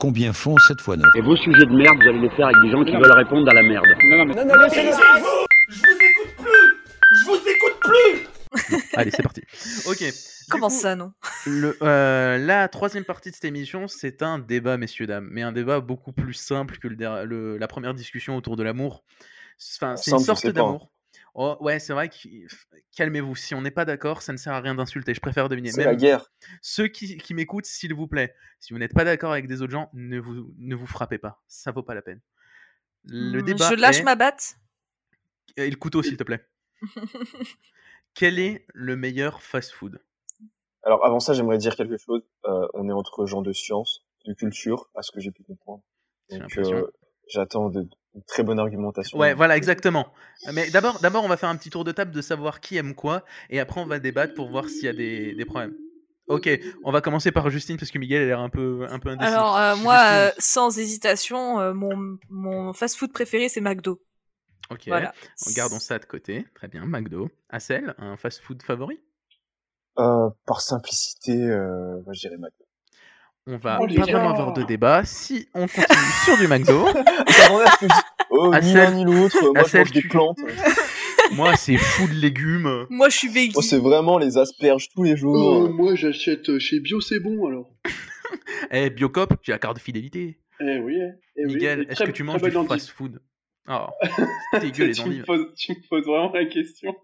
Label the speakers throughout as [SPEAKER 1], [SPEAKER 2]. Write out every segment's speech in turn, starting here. [SPEAKER 1] Combien font 7 fois 9
[SPEAKER 2] Et vos sujets de merde, vous allez les faire avec des gens qui veulent répondre à la merde.
[SPEAKER 3] Je vous écoute plus Je vous écoute plus
[SPEAKER 4] Allez, c'est parti. Ok. du
[SPEAKER 5] Comment
[SPEAKER 4] coup,
[SPEAKER 5] ça, non
[SPEAKER 4] le- euh, La troisième partie de cette émission, c'est un débat, messieurs, dames, mais un débat beaucoup plus simple que le der- le- la première discussion autour de l'amour. Enfin, c'est une
[SPEAKER 6] Simple, je
[SPEAKER 4] sorte
[SPEAKER 6] sais pas. hein.
[SPEAKER 4] d'amour. Oh, ouais, c'est vrai que calmez-vous. Si on n'est pas d'accord, ça ne sert à rien d'insulter. Je préfère deviner.
[SPEAKER 6] C'est
[SPEAKER 4] Même
[SPEAKER 6] la guerre.
[SPEAKER 4] ceux qui, qui m'écoutent, s'il vous plaît, si vous n'êtes pas d'accord avec des autres gens, ne vous, ne vous frappez pas. Ça vaut pas la peine. Le
[SPEAKER 5] Hmm,
[SPEAKER 4] débat
[SPEAKER 5] Je lâche
[SPEAKER 4] est-
[SPEAKER 5] ma batte.
[SPEAKER 4] Et le couteau, s'il te plaît. Quel est le meilleur fast-food
[SPEAKER 6] Alors avant ça, j'aimerais dire quelque chose. Euh, on est entre gens de science, de culture, à ce que j'ai pu comprendre.
[SPEAKER 4] J'ai
[SPEAKER 6] Donc
[SPEAKER 4] l'impression.
[SPEAKER 6] euh, j'attends de, une très bonne argumentation.
[SPEAKER 4] Ouais, voilà, exactement. Mais d'abord, d'abord, on va faire un petit tour de table de savoir qui aime quoi, et après, on va débattre pour voir s'il y a des, des problèmes. Ok, on va commencer par Justine parce que Miguel a l'air un peu un peu indécis.
[SPEAKER 5] Alors, euh, moi,
[SPEAKER 4] Justine.
[SPEAKER 5] euh, sans hésitation, euh, mon, mon fast-food préféré, c'est McDo.
[SPEAKER 4] ok,
[SPEAKER 5] euh, Voilà.
[SPEAKER 4] gardons ça de côté. Très bien, McDo, Hassel, un fast-food favori.
[SPEAKER 6] Euh, par simplicité, euh, moi je dirais Mac.
[SPEAKER 4] On va
[SPEAKER 3] Oh, les
[SPEAKER 4] pas vraiment
[SPEAKER 3] gars.
[SPEAKER 4] avoir de débat si on continue sur du McDo.
[SPEAKER 6] Attendez à ce que je dise. Oh, ni
[SPEAKER 4] Hassel.
[SPEAKER 6] l'un ni l'autre. Moi je
[SPEAKER 4] Hassel,
[SPEAKER 6] mange des
[SPEAKER 4] tu-
[SPEAKER 6] plantes.
[SPEAKER 4] Moi, c'est fou de légumes.
[SPEAKER 5] Moi, je suis vegan.
[SPEAKER 6] Moi Oh, c'est vraiment les asperges tous les
[SPEAKER 4] Oh.
[SPEAKER 6] jours.
[SPEAKER 3] moi j'achète euh, chez Bio, c'est bon alors.
[SPEAKER 4] Eh, Biocop, j'ai la carte de fidélité.
[SPEAKER 3] Eh oui, eh, eh oui.
[SPEAKER 4] Miguel,
[SPEAKER 3] Et
[SPEAKER 4] est-ce
[SPEAKER 3] très-
[SPEAKER 4] que tu
[SPEAKER 3] très
[SPEAKER 4] manges
[SPEAKER 3] bonne
[SPEAKER 4] du
[SPEAKER 3] endive.
[SPEAKER 4] fast-food Oh, c'est dégueu les
[SPEAKER 3] tu, me
[SPEAKER 4] endives.
[SPEAKER 3] poses, tu me poses vraiment la question.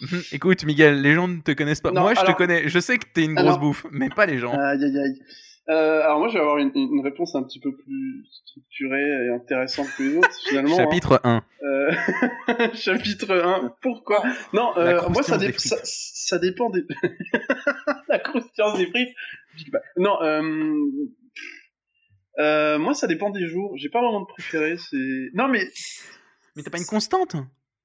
[SPEAKER 4] Mhm. Écoute, Miguel, les gens ne te connaissent pas.
[SPEAKER 3] Non,
[SPEAKER 4] Moi, je te
[SPEAKER 3] alors- Ah,
[SPEAKER 4] connais. Je sais que t'es une grosse
[SPEAKER 3] Alors-
[SPEAKER 4] bouffe, mais pas les gens.
[SPEAKER 3] Aïe, aïe, aïe. Euh, alors moi je vais avoir une, une réponse un petit peu plus structurée et intéressante que les autres finalement. hein.
[SPEAKER 4] Chapitre 1.
[SPEAKER 3] Euh, chapitre 1. Pourquoi Non,
[SPEAKER 4] La
[SPEAKER 3] euh, moi ça,
[SPEAKER 4] croustillance
[SPEAKER 3] dé-
[SPEAKER 4] des frites.
[SPEAKER 3] ça, ça dépend des... la croustillance des frites. Je dis pas. Non, euh... euh, moi ça dépend des jours. J'ai pas vraiment de préféré. C'est non mais
[SPEAKER 4] Mais t'as pas une constante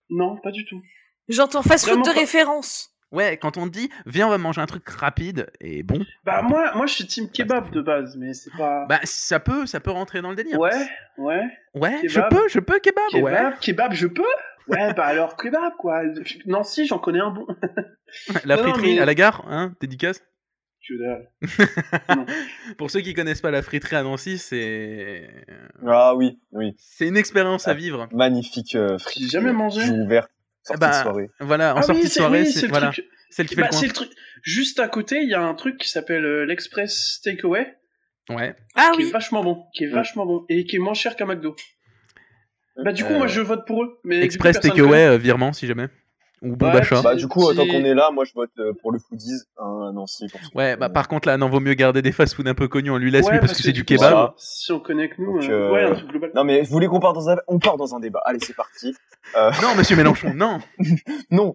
[SPEAKER 3] non, pas du tout.
[SPEAKER 5] J'entends fast-food
[SPEAKER 3] Vraiment
[SPEAKER 5] de
[SPEAKER 3] pas-
[SPEAKER 5] référence.
[SPEAKER 4] Ouais, quand on te dit, viens, on va manger un truc rapide et bon.
[SPEAKER 3] Bah moi, moi je suis team kebab de base, mais c'est pas.
[SPEAKER 4] Bah, ça peut, ça peut rentrer dans le délire.
[SPEAKER 3] ouais, ouais.
[SPEAKER 4] Ouais, je
[SPEAKER 3] Kebab.
[SPEAKER 4] peux, je peux, kebab, ouais.
[SPEAKER 3] Kebab, kebab, je peux. Ouais, bah alors kebab quoi. Non si, j'en connais un bon.
[SPEAKER 4] La
[SPEAKER 3] Non, non,
[SPEAKER 4] friterie
[SPEAKER 3] mais-
[SPEAKER 4] à la gare, hein, dédicace.
[SPEAKER 3] Que dalle.
[SPEAKER 4] Pour ceux qui connaissent pas la friterie à Nancy, c'est.
[SPEAKER 6] Ah oui, oui.
[SPEAKER 4] C'est une expérience à
[SPEAKER 6] Ah.
[SPEAKER 4] vivre.
[SPEAKER 6] Magnifique euh, frites.
[SPEAKER 3] J'ai jamais mangé.
[SPEAKER 6] J'ai ouvert. Sortie
[SPEAKER 4] Bah,
[SPEAKER 6] de soirée.
[SPEAKER 4] Voilà, en sortie de soirée,
[SPEAKER 3] Ah oui,
[SPEAKER 4] c'est
[SPEAKER 3] le
[SPEAKER 4] voilà,
[SPEAKER 3] truc.
[SPEAKER 4] celle qui fait
[SPEAKER 3] Bah,
[SPEAKER 4] le
[SPEAKER 3] c'est le truc. Juste à côté, il y a un truc qui s'appelle euh, l'Express Takeaway,
[SPEAKER 4] coin. Ouais.
[SPEAKER 5] Ah
[SPEAKER 3] qui est
[SPEAKER 5] oui,
[SPEAKER 3] vachement bon, qui est
[SPEAKER 4] Mm.
[SPEAKER 3] vachement bon et qui est moins cher qu'un McDo. Bah du coup,
[SPEAKER 4] Euh,
[SPEAKER 3] moi je vote pour eux. Mais du coup,
[SPEAKER 4] Express
[SPEAKER 3] personne
[SPEAKER 4] takeaway, euh, virement, si jamais. Ou bon
[SPEAKER 3] Ouais,
[SPEAKER 4] d'achat.
[SPEAKER 3] c'est-
[SPEAKER 6] Bah du coup, euh, tant
[SPEAKER 3] c'est-
[SPEAKER 6] qu'on est là, moi je vote euh, pour le foodies. Hein, non, si, pour ceux
[SPEAKER 4] Ouais,
[SPEAKER 6] qui
[SPEAKER 4] bah
[SPEAKER 6] connaissent.
[SPEAKER 4] par contre là, non, vaut mieux garder des fast-food un peu connus, on lui laisse
[SPEAKER 3] Ouais,
[SPEAKER 4] lui parce que c'est du
[SPEAKER 3] coup,
[SPEAKER 4] kebab.
[SPEAKER 6] voilà.
[SPEAKER 3] Si on connecte nous,
[SPEAKER 6] Donc,
[SPEAKER 3] euh,
[SPEAKER 6] euh,
[SPEAKER 3] ouais, un truc global.
[SPEAKER 6] Non mais je voulais qu'on part dans un, on part dans un débat. Allez, c'est parti.
[SPEAKER 4] Non, monsieur Mélenchon, non.
[SPEAKER 6] Non,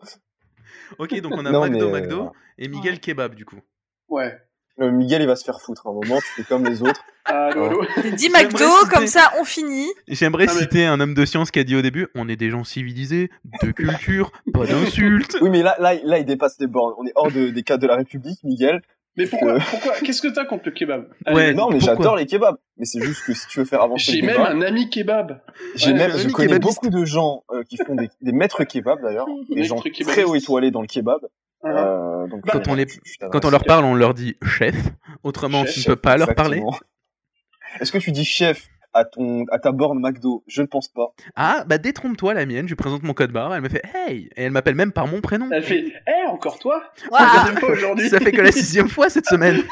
[SPEAKER 4] Ok, donc on a
[SPEAKER 6] Non,
[SPEAKER 4] McDo,
[SPEAKER 6] mais,
[SPEAKER 4] McDo et Miguel Kebab du coup.
[SPEAKER 3] Ouais.
[SPEAKER 6] euh, Miguel il va se faire foutre un moment. Tu fais comme les autres.
[SPEAKER 3] Allô, allô.
[SPEAKER 5] j'ai dit
[SPEAKER 4] J'aimerais
[SPEAKER 5] McDo,
[SPEAKER 4] citer-
[SPEAKER 5] comme ça, on finit.
[SPEAKER 4] J'aimerais
[SPEAKER 3] Ah, mais-
[SPEAKER 4] citer un homme de science qui a dit au début on est des gens civilisés, de culture, pas d'insultes.
[SPEAKER 6] Oui, mais là, là, là, il dépasse les bornes. On est hors de- des cadres de la République, Miguel.
[SPEAKER 3] Mais pourquoi, pourquoi Qu'est-ce que t'as contre le kebab Allez,
[SPEAKER 4] Ouais,
[SPEAKER 6] Non, mais
[SPEAKER 4] pourquoi
[SPEAKER 6] j'adore les kebabs. Mais c'est juste que si tu veux faire avancer
[SPEAKER 3] J'ai
[SPEAKER 6] le
[SPEAKER 3] même
[SPEAKER 6] débat,
[SPEAKER 3] un ami kebab.
[SPEAKER 6] j'ai
[SPEAKER 3] ouais,
[SPEAKER 6] même,
[SPEAKER 4] j'ai un
[SPEAKER 6] je
[SPEAKER 4] ami
[SPEAKER 6] connais
[SPEAKER 4] kebabiste.
[SPEAKER 6] beaucoup de gens euh, qui font des, des maîtres kebabs d'ailleurs, des
[SPEAKER 3] Maîtres
[SPEAKER 6] gens
[SPEAKER 3] kebabistes.
[SPEAKER 6] très haut étoilés dans le kebab.
[SPEAKER 3] Hein.
[SPEAKER 6] Euh, donc,
[SPEAKER 3] Quand
[SPEAKER 6] euh,
[SPEAKER 4] on les-
[SPEAKER 6] tu- tu t'adresses
[SPEAKER 4] Quand on leur
[SPEAKER 6] à-
[SPEAKER 4] parle, on leur dit chef. Autrement,
[SPEAKER 3] Chef,
[SPEAKER 4] tu ne peux pas leur parler.
[SPEAKER 6] Exactement. Est-ce que tu dis chef à ton, à ta borne McDo Je ne pense pas.
[SPEAKER 4] Ah, bah détrompe-toi la mienne, je lui présente mon code barre, elle me fait hey Et elle m'appelle même par mon prénom.
[SPEAKER 3] Elle fait Eh, encore toi
[SPEAKER 5] Ouah.
[SPEAKER 3] Deuxième fois aujourd'hui.
[SPEAKER 4] Ah. Ça fait que la sixième fois cette semaine.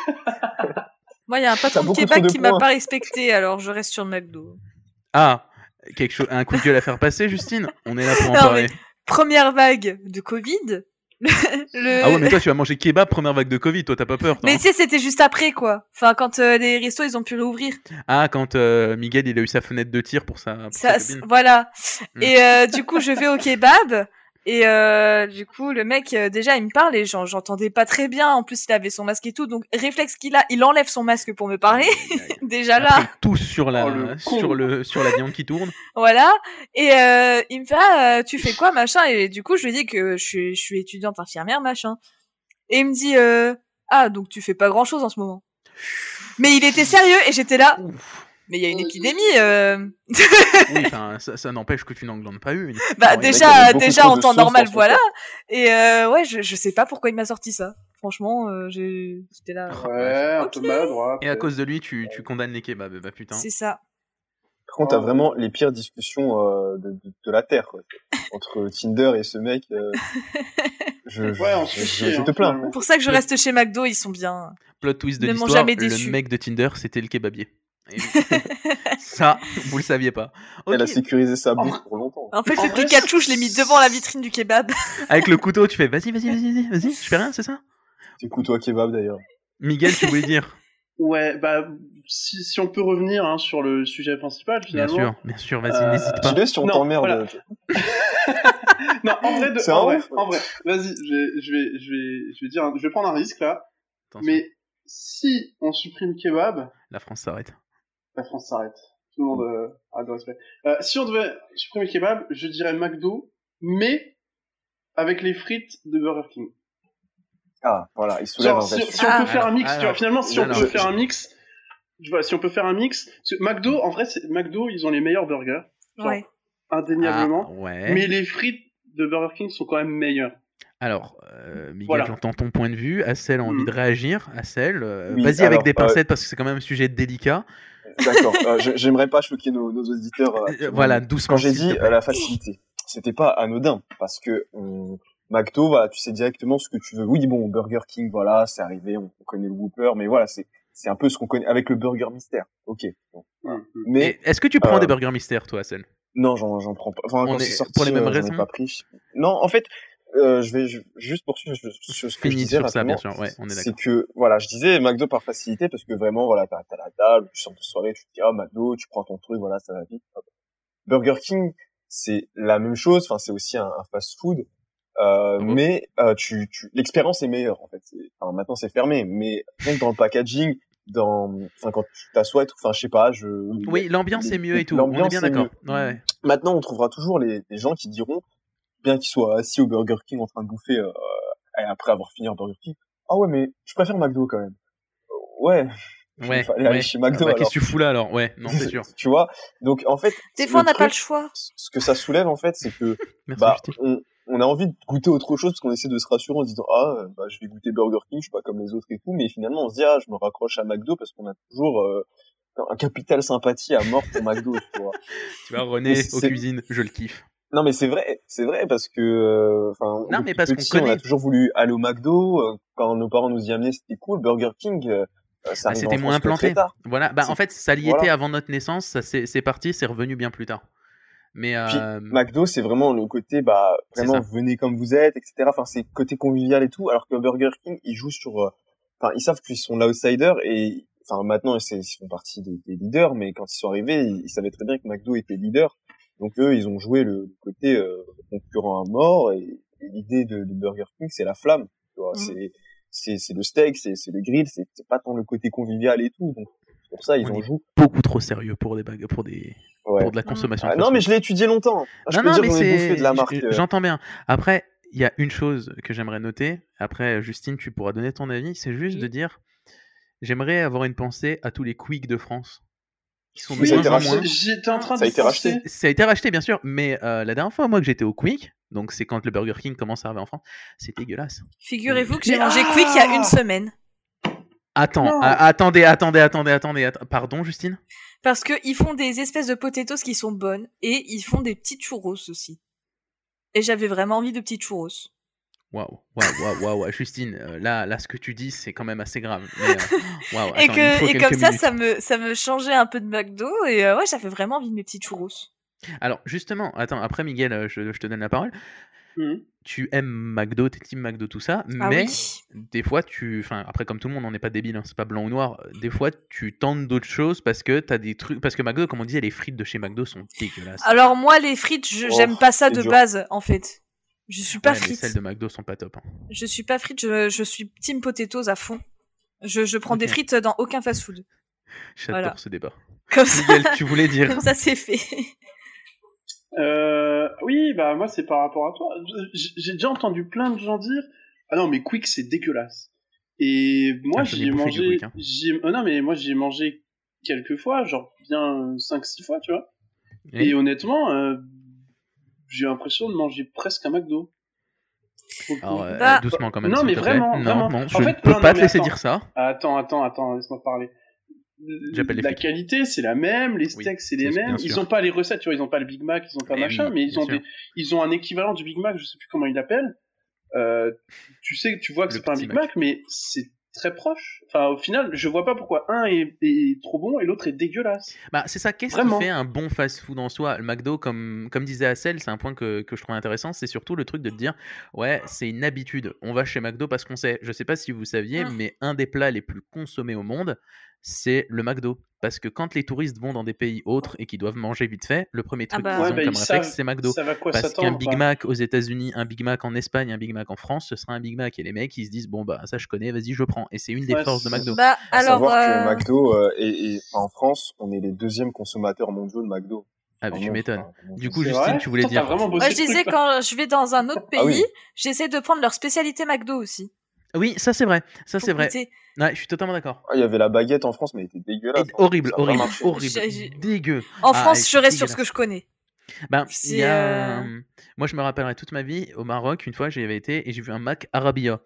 [SPEAKER 5] Moi, il y a un patron de
[SPEAKER 6] beaucoup trop
[SPEAKER 5] Québec
[SPEAKER 6] de
[SPEAKER 5] qui m'a
[SPEAKER 6] points.
[SPEAKER 5] pas respecté, alors je reste sur le McDo.
[SPEAKER 4] Ah, quelque chose, un coup de gueule à faire passer, Justine On est là pour en
[SPEAKER 5] Non,
[SPEAKER 4] parler.
[SPEAKER 5] Première vague de Covid. le...
[SPEAKER 4] Ah ouais, mais toi, tu vas manger kebab première vague de Covid, toi, t'as pas peur. toi,
[SPEAKER 5] Mais
[SPEAKER 4] hein.
[SPEAKER 5] tu sais, c'était juste après, quoi. Enfin, quand euh, les restos, ils ont pu réouvrir.
[SPEAKER 4] Ah, quand euh, Miguel, il a eu sa fenêtre de tir pour sa. pour
[SPEAKER 5] Ça,
[SPEAKER 4] sa
[SPEAKER 5] c-
[SPEAKER 4] cabine.
[SPEAKER 5] voilà.
[SPEAKER 4] Mm.
[SPEAKER 5] Et euh, du coup, je vais au kebab. Et euh, du coup, le mec, euh, déjà, il me parle et j'en- j'entendais pas très bien. En plus, il avait son masque et tout. Donc, réflexe qu'il a, il enlève son masque pour me parler. déjà là.
[SPEAKER 4] Après, tous sur la,
[SPEAKER 3] Oh, le con.
[SPEAKER 4] sur le, sur la viande qui tourne.
[SPEAKER 5] Voilà. Et euh, il me fait ah, euh, tu fais quoi machin et du coup je lui dis que je suis, je suis étudiante infirmière machin. Et il me dit euh, ah donc tu fais pas grand chose en ce moment. Mais il était sérieux et j'étais là
[SPEAKER 4] Ouf.
[SPEAKER 5] Mais il y a une épidémie. euh.
[SPEAKER 4] Oui, enfin, ça, ça n'empêche que tu n'en glandes pas une.
[SPEAKER 5] Bah,
[SPEAKER 4] Non, il y en a qui
[SPEAKER 5] déjà,
[SPEAKER 6] avaient beaucoup
[SPEAKER 5] déjà
[SPEAKER 6] trop
[SPEAKER 5] en
[SPEAKER 6] de
[SPEAKER 5] temps
[SPEAKER 6] sauce
[SPEAKER 5] normal,
[SPEAKER 6] dans son
[SPEAKER 5] voilà. Et euh, ouais, je, je sais pas pourquoi il m'a sorti ça. Franchement, euh, j'ai- j'étais là.
[SPEAKER 4] Ah,
[SPEAKER 3] Ouais, un peu
[SPEAKER 5] Ok.
[SPEAKER 3] maladroit.
[SPEAKER 4] Et à
[SPEAKER 3] peut-être.
[SPEAKER 4] cause de lui, tu, tu condamnes les kebabs. Bah putain.
[SPEAKER 5] C'est ça.
[SPEAKER 6] Par contre, t'as vraiment les pires discussions euh, de, de, de la Terre, quoi. Entre Tinder et ce mec. euh, je, je,
[SPEAKER 3] Ouais, on
[SPEAKER 6] Euh, je,
[SPEAKER 3] se fait
[SPEAKER 6] je-
[SPEAKER 3] chier,
[SPEAKER 6] je
[SPEAKER 3] hein,
[SPEAKER 6] te plains.
[SPEAKER 3] finalement.
[SPEAKER 5] Pour ça que je
[SPEAKER 4] Le-
[SPEAKER 5] reste chez McDo, ils sont bien.
[SPEAKER 4] Plot twist de
[SPEAKER 5] Ne m'ont
[SPEAKER 4] l'histoire,
[SPEAKER 5] jamais
[SPEAKER 4] le
[SPEAKER 5] déçu.
[SPEAKER 4] mec de Tinder, c'était le kebabier. Et oui. ça, vous le saviez pas.
[SPEAKER 6] Elle a
[SPEAKER 4] Ok.
[SPEAKER 6] sécurisé sa bouffe pour longtemps.
[SPEAKER 5] En fait,
[SPEAKER 3] En
[SPEAKER 5] le
[SPEAKER 3] vrai,
[SPEAKER 5] Pikachu, je l'ai mis devant la vitrine du kebab.
[SPEAKER 4] Avec le couteau, tu fais vas-y, vas-y, vas-y, vas-y, vas-y, je fais rien, c'est ça
[SPEAKER 6] Du coup, toi, kebab d'ailleurs.
[SPEAKER 4] Miguel, tu voulais dire
[SPEAKER 3] Ouais, bah, si, si on peut revenir hein, sur le sujet principal,
[SPEAKER 4] Bien
[SPEAKER 3] finalement.
[SPEAKER 4] sûr, bien sûr, vas-y,
[SPEAKER 3] Euh,
[SPEAKER 4] n'hésite pas.
[SPEAKER 6] Tu laisses si on
[SPEAKER 3] Non,
[SPEAKER 6] t'emmerde.
[SPEAKER 3] voilà.
[SPEAKER 6] tu-
[SPEAKER 3] Non, en vrai, de-
[SPEAKER 6] C'est
[SPEAKER 3] en,
[SPEAKER 6] un
[SPEAKER 3] vrai
[SPEAKER 6] ouf, ouais.
[SPEAKER 3] en vrai, vas-y, je vais, je, vais, je, vais, je vais dire, un- je vais prendre un risque là,
[SPEAKER 4] Attention,
[SPEAKER 3] mais si on supprime kebab,
[SPEAKER 4] La France s'arrête.
[SPEAKER 3] la France s'arrête. Tout le monde euh, arrête de respect. Euh, si on devait supprimer kebab, je dirais McDo, mais avec les frites de Burger King.
[SPEAKER 6] Ah, voilà, il soulève
[SPEAKER 3] Genre,
[SPEAKER 6] un
[SPEAKER 3] si,
[SPEAKER 6] vrai
[SPEAKER 3] si
[SPEAKER 6] sujet.
[SPEAKER 3] on
[SPEAKER 5] Ah.
[SPEAKER 3] peut faire un mix,
[SPEAKER 4] Alors,
[SPEAKER 3] tu vois, finalement, si on
[SPEAKER 4] alors.
[SPEAKER 3] peut faire un mix, je vois, si on peut faire un mix, parce que McDo, en vrai, c'est- McDo, ils ont les meilleurs burgers, Genre,
[SPEAKER 5] Ouais.
[SPEAKER 3] indéniablement,
[SPEAKER 4] Ah, ouais.
[SPEAKER 3] mais les frites de Burger King sont quand même meilleures.
[SPEAKER 4] Alors, euh, Miguel,
[SPEAKER 3] Voilà.
[SPEAKER 4] j'entends ton point de vue. Axel a envie
[SPEAKER 3] Mhm.
[SPEAKER 4] de réagir. Axel, euh,
[SPEAKER 6] Mm. Oui,
[SPEAKER 4] vas-y
[SPEAKER 6] alors,
[SPEAKER 4] avec des
[SPEAKER 6] euh, Ah,
[SPEAKER 4] pincettes parce que c'est quand même un sujet délicat.
[SPEAKER 6] D'accord. euh, je- J'aimerais pas choquer nos, nos auditeurs. euh,
[SPEAKER 4] Euh,
[SPEAKER 6] qui vont-
[SPEAKER 4] voilà, doucement.
[SPEAKER 6] Quand j'ai
[SPEAKER 4] s'il te
[SPEAKER 6] dit
[SPEAKER 4] plaît.
[SPEAKER 6] euh, la facilité, c'était pas anodin parce que on- McDo, voilà, tu sais directement ce que tu veux. Oui, bon, Burger King, voilà, c'est arrivé, on, on connaît le Whopper, mais voilà, c'est c'est un peu ce qu'on connaît avec le Burger Mystère. Ok. bon.
[SPEAKER 3] Mm,
[SPEAKER 6] Mais
[SPEAKER 4] Et Est-ce que tu prends
[SPEAKER 6] euh,
[SPEAKER 4] des burgers mystères, toi, Axel
[SPEAKER 6] Non, j'en, j'en prends pas. Enfin,
[SPEAKER 4] On
[SPEAKER 6] quand
[SPEAKER 4] est-
[SPEAKER 6] c'est sorti,
[SPEAKER 4] pour les mêmes
[SPEAKER 6] euh, j'en ai
[SPEAKER 4] raisons
[SPEAKER 6] pas pris. Non, en fait, euh, je vais je- juste poursuivre sur sur ce que je
[SPEAKER 4] Finis
[SPEAKER 6] disais
[SPEAKER 4] sur ça, bien
[SPEAKER 6] rapidement.
[SPEAKER 4] sûr. Ouais, on est
[SPEAKER 6] c'est
[SPEAKER 4] d'accord.
[SPEAKER 6] que voilà, je disais McDo par facilité parce que vraiment voilà, t'as, t'as la table, tu sors de soirée, tu te dis ah McDo, tu prends ton truc, voilà, ça va vite. hop. Burger King, c'est la même chose. Enfin, c'est aussi un, fast food. Euh,
[SPEAKER 4] Ah bon
[SPEAKER 6] mais euh, tu, tu l'expérience est meilleure en fait. C'est- Enfin, maintenant c'est fermé, mais rien que dans le packaging, dans enfin quand tu t'assois, et tout, enfin je sais pas, je
[SPEAKER 4] Oui, l'ambiance
[SPEAKER 6] les-
[SPEAKER 4] est mieux et tout. On est
[SPEAKER 6] l'ambiance
[SPEAKER 4] bien
[SPEAKER 6] est
[SPEAKER 4] d'accord.
[SPEAKER 6] mieux.
[SPEAKER 4] Ouais, ouais.
[SPEAKER 6] Maintenant, on trouvera toujours les, les gens qui diront, bien qu'ils soient assis au Burger King en train de bouffer euh, et après avoir fini un Burger King, ah ouais, mais je préfère McDo quand même. Euh, Ouais,
[SPEAKER 4] Ouais,
[SPEAKER 6] fallait aller
[SPEAKER 4] ouais.
[SPEAKER 6] chez McDo,
[SPEAKER 4] Bah,
[SPEAKER 6] alors.
[SPEAKER 4] Qu'est-ce que tu fous là alors Ouais, non, c'est sûr.
[SPEAKER 6] tu vois. Donc en fait,
[SPEAKER 5] Des fois, on n'a pas le
[SPEAKER 6] truc,
[SPEAKER 5] choix.
[SPEAKER 6] ce que ça soulève en fait, c'est que
[SPEAKER 4] Merci,
[SPEAKER 6] bah
[SPEAKER 4] Justine.
[SPEAKER 6] on, on a envie de goûter autre chose parce qu'on essaie de se rassurer en se disant ah euh, bah je vais goûter Burger King, je suis pas comme les autres et tout, mais finalement on se dit ah je me raccroche à McDo parce qu'on a toujours euh, un capital sympathie à mort pour McDo, tu vois.
[SPEAKER 4] Tu vois, René,
[SPEAKER 6] c'est-
[SPEAKER 4] aux
[SPEAKER 6] c'est-
[SPEAKER 4] cuisines, je le kiffe.
[SPEAKER 6] Non mais c'est vrai, c'est vrai parce que euh, enfin
[SPEAKER 4] Non,
[SPEAKER 6] depuis
[SPEAKER 4] mais parce qu'on
[SPEAKER 6] petit, on
[SPEAKER 4] connaît.
[SPEAKER 6] a toujours voulu aller au McDo euh, quand nos parents nous y amenaient, c'était cool Burger King euh, ça
[SPEAKER 4] Ah,
[SPEAKER 6] arrivait
[SPEAKER 4] c'était
[SPEAKER 6] en
[SPEAKER 4] moins
[SPEAKER 6] France que
[SPEAKER 4] implanté.
[SPEAKER 6] très tard.
[SPEAKER 4] Voilà, bah
[SPEAKER 6] C'est-
[SPEAKER 4] en fait, ça l'y
[SPEAKER 6] voilà.
[SPEAKER 4] était avant notre naissance, ça c'est c'est parti, c'est revenu bien plus tard. Mais
[SPEAKER 6] Puis,
[SPEAKER 4] euh,
[SPEAKER 6] McDo c'est vraiment le côté bah
[SPEAKER 4] C'est
[SPEAKER 6] vraiment
[SPEAKER 4] ça.
[SPEAKER 6] venez comme vous êtes etc. Enfin c'est côté convivial et tout alors que Burger King ils jouent sur euh, enfin ils savent qu'ils sont l'outsider et enfin maintenant c'est- ils font partie des, des leaders mais quand ils sont arrivés ils, ils savaient très bien que McDo était leader donc eux ils ont joué le, le côté euh, concurrent à mort et, et l'idée de, de Burger King c'est la flamme tu vois
[SPEAKER 4] Mm.
[SPEAKER 5] Mhm.
[SPEAKER 6] c'est c'est c'est le steak c'est c'est le grill c'est c'est pas tant le côté convivial et tout donc c'est pour ça ils
[SPEAKER 4] On
[SPEAKER 6] en
[SPEAKER 4] est
[SPEAKER 6] jouent
[SPEAKER 4] beaucoup trop sérieux pour des bagues, pour des
[SPEAKER 6] ouais.
[SPEAKER 4] pour de la consommation.
[SPEAKER 6] Ah,
[SPEAKER 4] de
[SPEAKER 6] non
[SPEAKER 4] fast-food.
[SPEAKER 6] mais je l'ai étudié longtemps je
[SPEAKER 4] Non,
[SPEAKER 6] peux
[SPEAKER 4] non,
[SPEAKER 6] dire
[SPEAKER 4] mais
[SPEAKER 6] qu'on est bouffé
[SPEAKER 4] c'est.
[SPEAKER 6] de la
[SPEAKER 4] j-
[SPEAKER 6] marque
[SPEAKER 4] j-
[SPEAKER 6] euh,
[SPEAKER 4] J'entends bien. Après, il y a une chose que j'aimerais noter. Après, Justine, tu pourras donner ton avis. C'est juste
[SPEAKER 5] Oui.
[SPEAKER 4] de dire j'aimerais avoir une pensée à tous les Quick de France. Qui sont de
[SPEAKER 6] Mais ça a été
[SPEAKER 4] moins en
[SPEAKER 6] racheté.
[SPEAKER 4] moins.
[SPEAKER 3] J'étais en train
[SPEAKER 6] Ça a
[SPEAKER 3] de
[SPEAKER 6] été racheté.
[SPEAKER 3] penser.
[SPEAKER 4] Ça a été racheté, bien sûr, mais euh, la dernière fois, moi, que j'étais au Quick, donc c'est quand le Burger King commence à arriver en France, c'est dégueulasse.
[SPEAKER 5] Figurez-vous que j'ai
[SPEAKER 3] Mais
[SPEAKER 5] mangé
[SPEAKER 3] ah
[SPEAKER 5] quick il y a une semaine.
[SPEAKER 4] Attends,
[SPEAKER 5] Oh.
[SPEAKER 3] Non.
[SPEAKER 4] a- attendez, attendez, attendez, attendez. att- Pardon, Justine
[SPEAKER 5] Parce que ils font des espèces de potatoes qui sont bonnes. Et ils font des petites churros aussi. Et j'avais vraiment envie de petites churros.
[SPEAKER 4] Waouh, waouh, waouh, waouh, waouh, Justine, euh, là, là, ce que tu dis, c'est quand même assez grave. Mais, euh, waouh,
[SPEAKER 5] et
[SPEAKER 4] attends, il me
[SPEAKER 5] que,
[SPEAKER 4] faut
[SPEAKER 5] et
[SPEAKER 4] quelques
[SPEAKER 5] comme ça,
[SPEAKER 4] minutes.
[SPEAKER 5] ça me, ça me changeait un peu de McDo. Et euh, ouais, j'avais vraiment envie de mes petites churros.
[SPEAKER 4] Alors, justement, attends, après, Miguel, euh, je- je te donne la parole.
[SPEAKER 3] Mhm.
[SPEAKER 4] tu aimes McDo, t'es team McDo, tout ça,
[SPEAKER 5] Ah
[SPEAKER 4] mais
[SPEAKER 5] oui.
[SPEAKER 4] des fois, tu. Enfin, après, comme tout le monde, on n'est pas débile, hein, c'est pas blanc ou noir. Des fois, tu tentes d'autres choses parce que t'as des trucs. Parce que McDo, comme on disait, les frites de chez McDo sont dégueulasses.
[SPEAKER 5] Alors moi, les frites, je-
[SPEAKER 6] Oh,
[SPEAKER 5] j'aime pas ça
[SPEAKER 6] c'est
[SPEAKER 5] de
[SPEAKER 6] dur.
[SPEAKER 5] base, en fait. Je suis pas
[SPEAKER 4] Ouais, mais
[SPEAKER 5] frite.
[SPEAKER 4] celles de McDo sont pas top. hein.
[SPEAKER 5] Je suis pas frite, je, je suis team potatoes à fond. Je, je prends des
[SPEAKER 4] Ok.
[SPEAKER 5] frites dans aucun fast-food.
[SPEAKER 4] J'adore
[SPEAKER 5] Voilà.
[SPEAKER 4] ce débat.
[SPEAKER 5] Comme ça,
[SPEAKER 4] Miguel, tu voulais dire.
[SPEAKER 5] comme ça c'est fait.
[SPEAKER 3] Euh, oui, bah moi c'est par rapport à toi. J- J'ai déjà entendu plein de gens dire ah non mais Quick c'est dégueulasse. Et moi
[SPEAKER 4] Ah, j'en ai
[SPEAKER 3] j'ai
[SPEAKER 4] bouffé du
[SPEAKER 3] mangé,
[SPEAKER 4] Quick, hein.
[SPEAKER 3] j'ai oh non mais moi j'ai mangé quelques fois, genre bien 5-6 fois, tu vois.
[SPEAKER 4] Eh Oui.
[SPEAKER 3] Et honnêtement, euh, j'ai l'impression de manger presque un McDo. Pour le coup.
[SPEAKER 4] Alors, euh,
[SPEAKER 5] Bah-
[SPEAKER 4] doucement quand même.
[SPEAKER 3] Non,
[SPEAKER 4] s'il
[SPEAKER 3] mais
[SPEAKER 4] te plaît.
[SPEAKER 3] vraiment,
[SPEAKER 4] Non,
[SPEAKER 3] vraiment.
[SPEAKER 4] non,
[SPEAKER 3] En
[SPEAKER 4] je
[SPEAKER 3] fait,
[SPEAKER 4] ne peux
[SPEAKER 3] non, non,
[SPEAKER 4] pas te
[SPEAKER 3] mais
[SPEAKER 4] laisser
[SPEAKER 3] attends.
[SPEAKER 4] dire ça.
[SPEAKER 3] Ah, Attends, attends, attends, laisse-moi parler.
[SPEAKER 4] J'appelle les
[SPEAKER 3] La
[SPEAKER 4] flics.
[SPEAKER 3] qualité, c'est la même, les
[SPEAKER 4] Oui,
[SPEAKER 3] steaks, c'est les
[SPEAKER 4] c'est-
[SPEAKER 3] mêmes.
[SPEAKER 4] bien
[SPEAKER 3] Ils
[SPEAKER 4] sûr.
[SPEAKER 3] ont pas les recettes, tu vois, ils ont pas le Big Mac, ils ont pas
[SPEAKER 4] Eh
[SPEAKER 3] machin,
[SPEAKER 4] oui,
[SPEAKER 3] mais ils
[SPEAKER 4] bien
[SPEAKER 3] ont,
[SPEAKER 4] sûr.
[SPEAKER 3] des, ils ont un équivalent du Big Mac, je sais plus comment ils l'appellent. Euh, tu sais, tu vois que
[SPEAKER 4] Le
[SPEAKER 3] c'est pas un
[SPEAKER 4] petit
[SPEAKER 3] Big Mac, mais c'est très proche. Enfin, au final, je vois pas pourquoi un est, est trop bon et l'autre est dégueulasse.
[SPEAKER 4] Bah, c'est ça, qu'est-ce
[SPEAKER 3] Vraiment.
[SPEAKER 4] qui fait un bon fast-food en soi Le McDo, comme, comme disait Hassel, c'est un point que, que je trouve intéressant, c'est surtout le truc de te dire, ouais, c'est une habitude, on va chez McDo parce qu'on sait, je sais pas si vous saviez,
[SPEAKER 5] Mm.
[SPEAKER 4] mais un des plats les plus consommés au monde, c'est le McDo. Parce que quand les touristes vont dans des pays autres et qu'ils doivent manger vite fait, le premier
[SPEAKER 5] Ah
[SPEAKER 4] truc
[SPEAKER 5] bah.
[SPEAKER 4] qu'ils
[SPEAKER 5] Ouais,
[SPEAKER 4] ont
[SPEAKER 3] bah,
[SPEAKER 4] comme
[SPEAKER 3] ils
[SPEAKER 4] réflexe,
[SPEAKER 3] savent-
[SPEAKER 4] c'est McDo.
[SPEAKER 3] Ça va quoi
[SPEAKER 4] Parce qu'un
[SPEAKER 3] s'attendre
[SPEAKER 4] Big
[SPEAKER 3] quoi.
[SPEAKER 4] Mac aux États-Unis, un Big Mac en Espagne, un Big Mac en France, ce sera un Big Mac. Et les mecs, ils se disent, bon, bah, ça, je connais, vas-y, je prends. Et c'est une des
[SPEAKER 3] Ouais,
[SPEAKER 4] forces de
[SPEAKER 3] c'est-
[SPEAKER 4] McDo.
[SPEAKER 5] Bah,
[SPEAKER 6] À
[SPEAKER 5] alors.
[SPEAKER 6] savoir
[SPEAKER 5] euh,
[SPEAKER 6] que McDo euh, et, et- enfin, en France, on est les deuxièmes consommateurs mondiaux de McDo.
[SPEAKER 4] Ah, bah,
[SPEAKER 6] Enfin,
[SPEAKER 4] tu
[SPEAKER 6] mon-
[SPEAKER 4] m'étonnes.
[SPEAKER 6] enfin, mon-
[SPEAKER 4] Du coup,
[SPEAKER 3] C'est
[SPEAKER 4] Justine,
[SPEAKER 3] vrai
[SPEAKER 4] tu voulais
[SPEAKER 3] Putain,
[SPEAKER 4] dire.
[SPEAKER 3] t'as vraiment bossé
[SPEAKER 5] Moi, Ah, je
[SPEAKER 3] ce
[SPEAKER 5] disais
[SPEAKER 3] truc, là.
[SPEAKER 5] quand je vais dans un autre pays,
[SPEAKER 6] Ah oui.
[SPEAKER 5] j'essaie de prendre leur spécialité McDo aussi.
[SPEAKER 4] Oui, ça, c'est vrai. Ça,
[SPEAKER 5] pour
[SPEAKER 4] c'est vrai.
[SPEAKER 5] goûter.
[SPEAKER 4] Ouais, je suis totalement d'accord.
[SPEAKER 6] Ah, il y avait la baguette en France, mais elle était
[SPEAKER 4] Et-
[SPEAKER 6] dégueulasse. hein.
[SPEAKER 4] horrible,
[SPEAKER 6] Ça a pas
[SPEAKER 4] horrible,
[SPEAKER 6] marché.
[SPEAKER 4] horrible,
[SPEAKER 5] J'ai- j'ai-
[SPEAKER 4] dégueu.
[SPEAKER 5] En
[SPEAKER 4] Ah,
[SPEAKER 5] France,
[SPEAKER 4] et
[SPEAKER 5] je reste sur
[SPEAKER 4] dégueulasse.
[SPEAKER 5] ce que je connais.
[SPEAKER 4] Ben, il y
[SPEAKER 5] C'est,
[SPEAKER 4] a,
[SPEAKER 5] euh,
[SPEAKER 4] euh, Moi, je me rappellerai toute ma vie au Maroc. Une fois, j'y avais été et j'ai vu un Mac Arabia.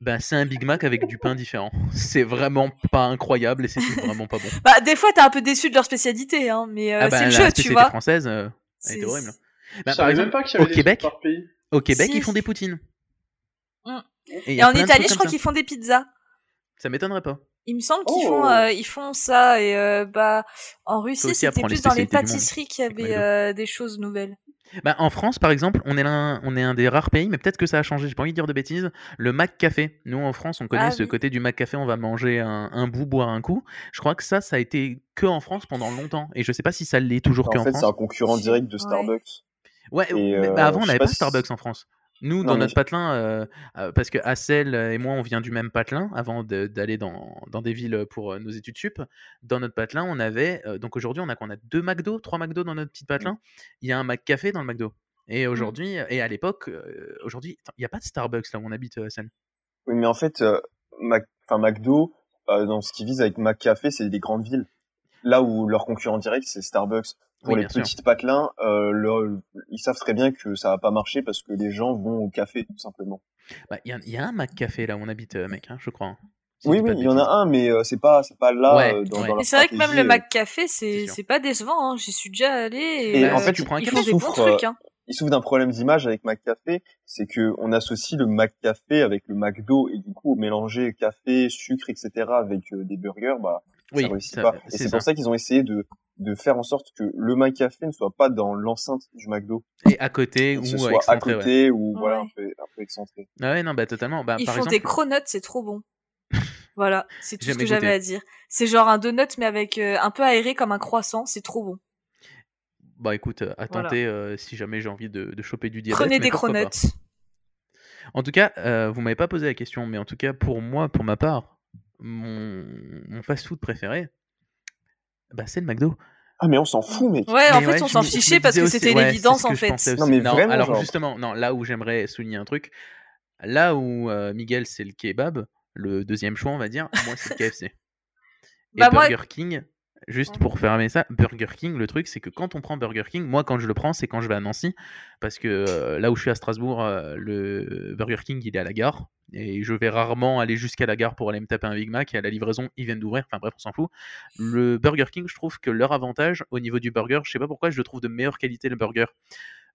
[SPEAKER 4] Ben, c'est un Big Mac avec du pain différent. C'est vraiment pas incroyable et c'est vraiment pas bon.
[SPEAKER 5] Bah, des fois, t'es un peu déçu de leur spécialité, hein, mais euh,
[SPEAKER 4] Ah ben,
[SPEAKER 5] c'est le
[SPEAKER 4] la
[SPEAKER 5] jeu, tu
[SPEAKER 4] spécialité
[SPEAKER 5] vois.
[SPEAKER 4] française, euh, elle
[SPEAKER 5] C'est-
[SPEAKER 4] était horrible.
[SPEAKER 3] Je
[SPEAKER 4] Ben, par
[SPEAKER 3] savais même
[SPEAKER 4] exemple,
[SPEAKER 3] pas qu'il y
[SPEAKER 4] au
[SPEAKER 3] avait des trucs
[SPEAKER 4] Québec,
[SPEAKER 3] par pays.
[SPEAKER 4] au Québec,
[SPEAKER 5] Si.
[SPEAKER 4] ils font des poutines.
[SPEAKER 5] Mm.
[SPEAKER 4] il y
[SPEAKER 5] Et
[SPEAKER 4] a
[SPEAKER 5] en
[SPEAKER 4] plein de
[SPEAKER 5] Italie, je
[SPEAKER 4] trucs comme
[SPEAKER 5] crois
[SPEAKER 4] ça.
[SPEAKER 5] qu'ils font des pizzas.
[SPEAKER 4] Ça m'étonnerait pas.
[SPEAKER 5] Il me semble qu'ils
[SPEAKER 3] Oh.
[SPEAKER 5] font, euh, ils font ça. Et euh, bah, en Russie,
[SPEAKER 4] aussi,
[SPEAKER 5] c'était
[SPEAKER 4] apprends les
[SPEAKER 5] plus dans les
[SPEAKER 4] spécialités du monde,
[SPEAKER 5] pâtisseries qu'il y
[SPEAKER 4] avec
[SPEAKER 5] avait
[SPEAKER 4] McDo.
[SPEAKER 5] euh, des choses nouvelles.
[SPEAKER 4] Bah, en France, par exemple, on est l'un, on est un des rares pays, mais peut-être que ça a changé, j'ai pas envie de dire de bêtises, le Mac Café. Nous, en France, on connaît
[SPEAKER 5] Ah
[SPEAKER 4] ce
[SPEAKER 5] oui.
[SPEAKER 4] côté du Mac Café, on va manger un, un bout, boire un coup. Je crois que ça, ça a été que en France pendant longtemps. Et je sais pas si ça l'est toujours que
[SPEAKER 6] Bah, En
[SPEAKER 4] en
[SPEAKER 6] fait, c'est un
[SPEAKER 4] France.
[SPEAKER 6] concurrent direct de Starbucks.
[SPEAKER 4] Ouais,
[SPEAKER 6] Et,
[SPEAKER 4] mais-
[SPEAKER 6] euh,
[SPEAKER 4] bah, avant, on
[SPEAKER 6] je sais
[SPEAKER 4] n'avait
[SPEAKER 6] pas
[SPEAKER 4] pas
[SPEAKER 6] si-
[SPEAKER 4] Starbucks en France. Nous,
[SPEAKER 6] Non,
[SPEAKER 4] dans
[SPEAKER 6] mais-
[SPEAKER 4] notre patelin, euh, euh, parce que Hassel et moi, on vient du même patelin avant de- d'aller dans, dans des villes pour euh, nos études sup. Dans notre patelin, on avait. euh, donc aujourd'hui, on a, on a deux McDo, trois McDo dans notre petit
[SPEAKER 6] Mmh.
[SPEAKER 4] patelin. Il y a un McCafé dans le McDo. Et aujourd'hui, et à l'époque, euh, aujourd'hui, attends, il n'y a pas de Starbucks là où on habite, euh, Hassel.
[SPEAKER 6] Oui, mais en fait, euh, Mac... enfin, McDo, euh, dans ce qu'ils visent avec McCafé, c'est les grandes villes. Là où leur concurrent direct, c'est Starbucks. Pour
[SPEAKER 4] Oui,
[SPEAKER 6] les
[SPEAKER 4] bien sûr.
[SPEAKER 6] petites patelins, euh, leur- ils savent très bien que ça va pas marcher parce que les gens vont au café, tout simplement.
[SPEAKER 4] Bah, Il y, a- il y a un McCafé là où on habite, euh, mec, hein, je crois. hein, si je
[SPEAKER 6] oui,
[SPEAKER 4] dis pas
[SPEAKER 6] oui,
[SPEAKER 4] de
[SPEAKER 6] il y en
[SPEAKER 4] bêtises.
[SPEAKER 6] a un, mais euh, c'est pas, c'est pas là
[SPEAKER 4] Ouais,
[SPEAKER 6] euh, dans,
[SPEAKER 4] ouais.
[SPEAKER 6] dans leur
[SPEAKER 5] Mais c'est vrai que même
[SPEAKER 6] stratégie,
[SPEAKER 5] le
[SPEAKER 6] euh.
[SPEAKER 5] McCafé,
[SPEAKER 4] C'est
[SPEAKER 5] c'est
[SPEAKER 4] sûr.
[SPEAKER 5] c'est pas décevant. hein. J'y suis déjà allée. Et,
[SPEAKER 6] Et en
[SPEAKER 5] euh,
[SPEAKER 6] fait,
[SPEAKER 4] tu prends un
[SPEAKER 5] ils
[SPEAKER 4] café,
[SPEAKER 5] font des bons
[SPEAKER 6] souffre,
[SPEAKER 5] trucs. Hein.
[SPEAKER 6] il souffre d'un problème d'image avec McCafé, c'est que on associe le McCafé avec le McDo et du coup mélanger café, sucre, etc. avec euh, des burgers, bah
[SPEAKER 4] Oui,
[SPEAKER 6] ça réussit
[SPEAKER 4] ça- euh,
[SPEAKER 6] pas. Et
[SPEAKER 4] c'est
[SPEAKER 6] c'est pour
[SPEAKER 4] ça.
[SPEAKER 6] ça qu'ils ont essayé de de faire en sorte que le McCafé ne soit pas dans l'enceinte du McDo,
[SPEAKER 4] Et à côté
[SPEAKER 6] et que ce
[SPEAKER 4] ou euh,
[SPEAKER 6] soit à
[SPEAKER 4] excentré, ouais.
[SPEAKER 6] côté ou voilà un
[SPEAKER 5] Ouais.
[SPEAKER 6] peu un peu excentré.
[SPEAKER 4] Ah ouais, non, bah totalement. Bah,
[SPEAKER 5] Ils
[SPEAKER 4] par
[SPEAKER 5] font
[SPEAKER 4] exemple,
[SPEAKER 5] des cronuts, c'est trop bon. Voilà, c'est tout
[SPEAKER 4] J'ai
[SPEAKER 5] ce que
[SPEAKER 4] jamais
[SPEAKER 5] j'avais
[SPEAKER 4] goûté.
[SPEAKER 5] à dire. C'est genre un donut mais avec euh, un peu aéré comme un croissant, c'est trop bon.
[SPEAKER 4] Bah écoute, euh, à
[SPEAKER 5] Voilà.
[SPEAKER 4] tenter euh, si jamais j'ai envie de, de choper du diabète.
[SPEAKER 5] Prenez
[SPEAKER 4] mais
[SPEAKER 5] des
[SPEAKER 4] pourquoi
[SPEAKER 5] cronuts.
[SPEAKER 4] pas. En tout cas, euh, vous m'avez pas posé la question, mais en tout cas, pour moi, pour ma part, mon, mon fast-food préféré, bah, c'est le McDo.
[SPEAKER 6] Ah mais on s'en fout mec.
[SPEAKER 5] Ouais, en
[SPEAKER 4] Mais
[SPEAKER 5] fait,
[SPEAKER 4] ouais,
[SPEAKER 5] on
[SPEAKER 4] je
[SPEAKER 5] s'en
[SPEAKER 4] me- je me
[SPEAKER 5] fichait parce
[SPEAKER 4] disais
[SPEAKER 5] que
[SPEAKER 4] aussi-
[SPEAKER 5] c'était
[SPEAKER 4] ouais,
[SPEAKER 5] l'évidence
[SPEAKER 4] c'est ce
[SPEAKER 5] en
[SPEAKER 4] que je
[SPEAKER 5] fait.
[SPEAKER 4] pensais
[SPEAKER 6] Non,
[SPEAKER 4] aussi.
[SPEAKER 6] mais
[SPEAKER 4] Non,
[SPEAKER 6] vraiment,
[SPEAKER 4] alors
[SPEAKER 6] genre.
[SPEAKER 4] justement, non, là où j'aimerais souligner un truc, là où euh, Miguel c'est le kebab, le deuxième choix on va dire, moi c'est le KFC.
[SPEAKER 5] Bah
[SPEAKER 4] et
[SPEAKER 5] moi,
[SPEAKER 4] Burger King, juste
[SPEAKER 5] Ouais.
[SPEAKER 4] pour fermer ça, Burger King, le truc, c'est que quand on prend Burger King, moi, quand je le prends, c'est quand je vais à Nancy, parce que euh, là où je suis à Strasbourg, euh, le Burger King, il est à la gare, et je vais rarement aller jusqu'à la gare pour aller me taper un Big Mac, et à la livraison, ils viennent d'ouvrir, enfin bref, on s'en fout. Le Burger King, je trouve que leur avantage au niveau du burger, je sais pas pourquoi, je le trouve de meilleure qualité, le burger.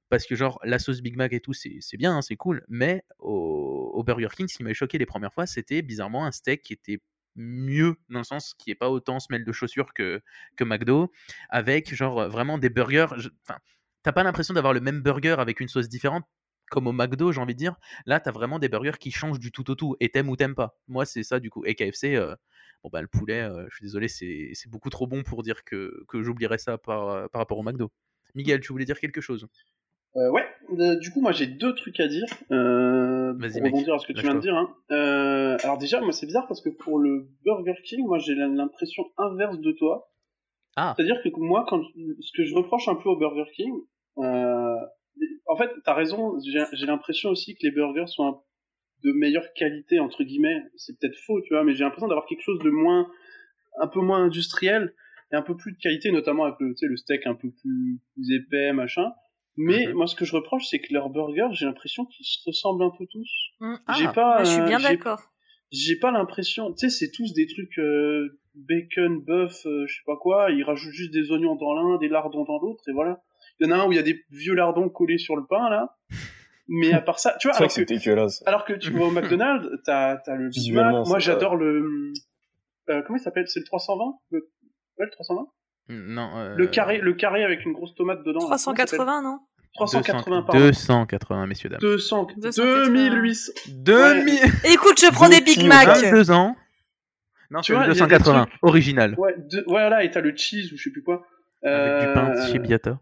[SPEAKER 4] Parce que, genre, la sauce Big Mac et tout, c'est c'est bien, hein, c'est cool. Mais au, au Burger King, ce qui m'avait choqué les premières fois, c'était bizarrement un steak qui était mieux, dans le sens qui est pas autant semelle de chaussures que, que McDo, avec genre euh, vraiment des burgers. je- Enfin, t'as pas l'impression d'avoir le même burger avec une sauce différente, comme au McDo, j'ai envie de dire. Là, t'as vraiment des burgers qui changent du tout au tout, et t'aimes ou t'aimes pas. Moi, c'est ça du coup. Et KFC, euh, bon bah le poulet, euh, je suis désolé, c'est c'est beaucoup trop bon pour dire que, que j'oublierais ça par, euh, par rapport au McDo. Miguel, tu voulais dire quelque chose
[SPEAKER 3] Euh, ouais, euh, du coup, moi j'ai deux trucs à dire euh,
[SPEAKER 4] Vas-y,
[SPEAKER 3] pour
[SPEAKER 4] mec,
[SPEAKER 3] rebondir à ce que tu viens de
[SPEAKER 4] lâche-toi.
[SPEAKER 3] dire. hein. Euh, alors, déjà, moi c'est bizarre parce que pour le Burger King, moi j'ai l'impression inverse de toi.
[SPEAKER 4] Ah,
[SPEAKER 3] C'est-à-dire que moi, quand ce que je reproche un peu au Burger King, euh, en fait, t'as raison, j'ai j'ai l'impression aussi que les burgers sont un- de meilleure qualité, entre guillemets. C'est peut-être faux, tu vois, mais j'ai l'impression d'avoir quelque chose de moins, un peu moins industriel. et un peu plus de qualité, notamment avec le, tu sais, le steak un peu plus, plus épais, machin. Mais
[SPEAKER 4] Mhm.
[SPEAKER 3] moi, ce que je reproche, c'est que leurs burgers, j'ai l'impression qu'ils se ressemblent un peu tous.
[SPEAKER 5] Hum.
[SPEAKER 4] Ah,
[SPEAKER 3] j'ai pas,
[SPEAKER 5] Moi, je suis
[SPEAKER 3] euh,
[SPEAKER 5] bien
[SPEAKER 3] j'ai-
[SPEAKER 5] d'accord.
[SPEAKER 3] J'ai pas l'impression, tu sais, c'est tous des trucs euh, bacon, bœuf, euh, je sais pas quoi. Ils rajoutent juste des oignons dans l'un, des lardons dans l'autre, et voilà. Il y en a un où il y a des vieux lardons collés sur le pain là. Mais à part ça, tu vois,
[SPEAKER 6] C'est vrai
[SPEAKER 3] alors
[SPEAKER 6] que
[SPEAKER 3] que,
[SPEAKER 6] c'est dégueulasse.
[SPEAKER 5] Ah,
[SPEAKER 3] alors que tu vas au McDonald's, t'as as le Big
[SPEAKER 6] Visuellement,
[SPEAKER 3] Mac. Moi,
[SPEAKER 6] c'est-
[SPEAKER 3] j'adore le euh, comment il s'appelle C'est le 320 le... Ouais, le 320
[SPEAKER 4] Non, euh,
[SPEAKER 3] Le carré, le carré avec une grosse tomate dedans. là. Comment il s'appelle
[SPEAKER 5] 380, non
[SPEAKER 3] 380
[SPEAKER 4] 200,
[SPEAKER 3] pardon.
[SPEAKER 4] 280, messieurs, dames.
[SPEAKER 3] 200,
[SPEAKER 5] 280.
[SPEAKER 3] 2800.
[SPEAKER 4] Demi
[SPEAKER 5] Écoute, je prends des Big
[SPEAKER 6] Zucchini,
[SPEAKER 5] Mac.
[SPEAKER 4] 22 ans. Non,
[SPEAKER 3] Tu
[SPEAKER 4] c'est le
[SPEAKER 3] vois, il y a des
[SPEAKER 4] 280, original.
[SPEAKER 3] Ouais, deux- voilà, et t'as le cheese ou je sais plus quoi.
[SPEAKER 4] Avec du pain
[SPEAKER 3] Euh,
[SPEAKER 4] chez Biata.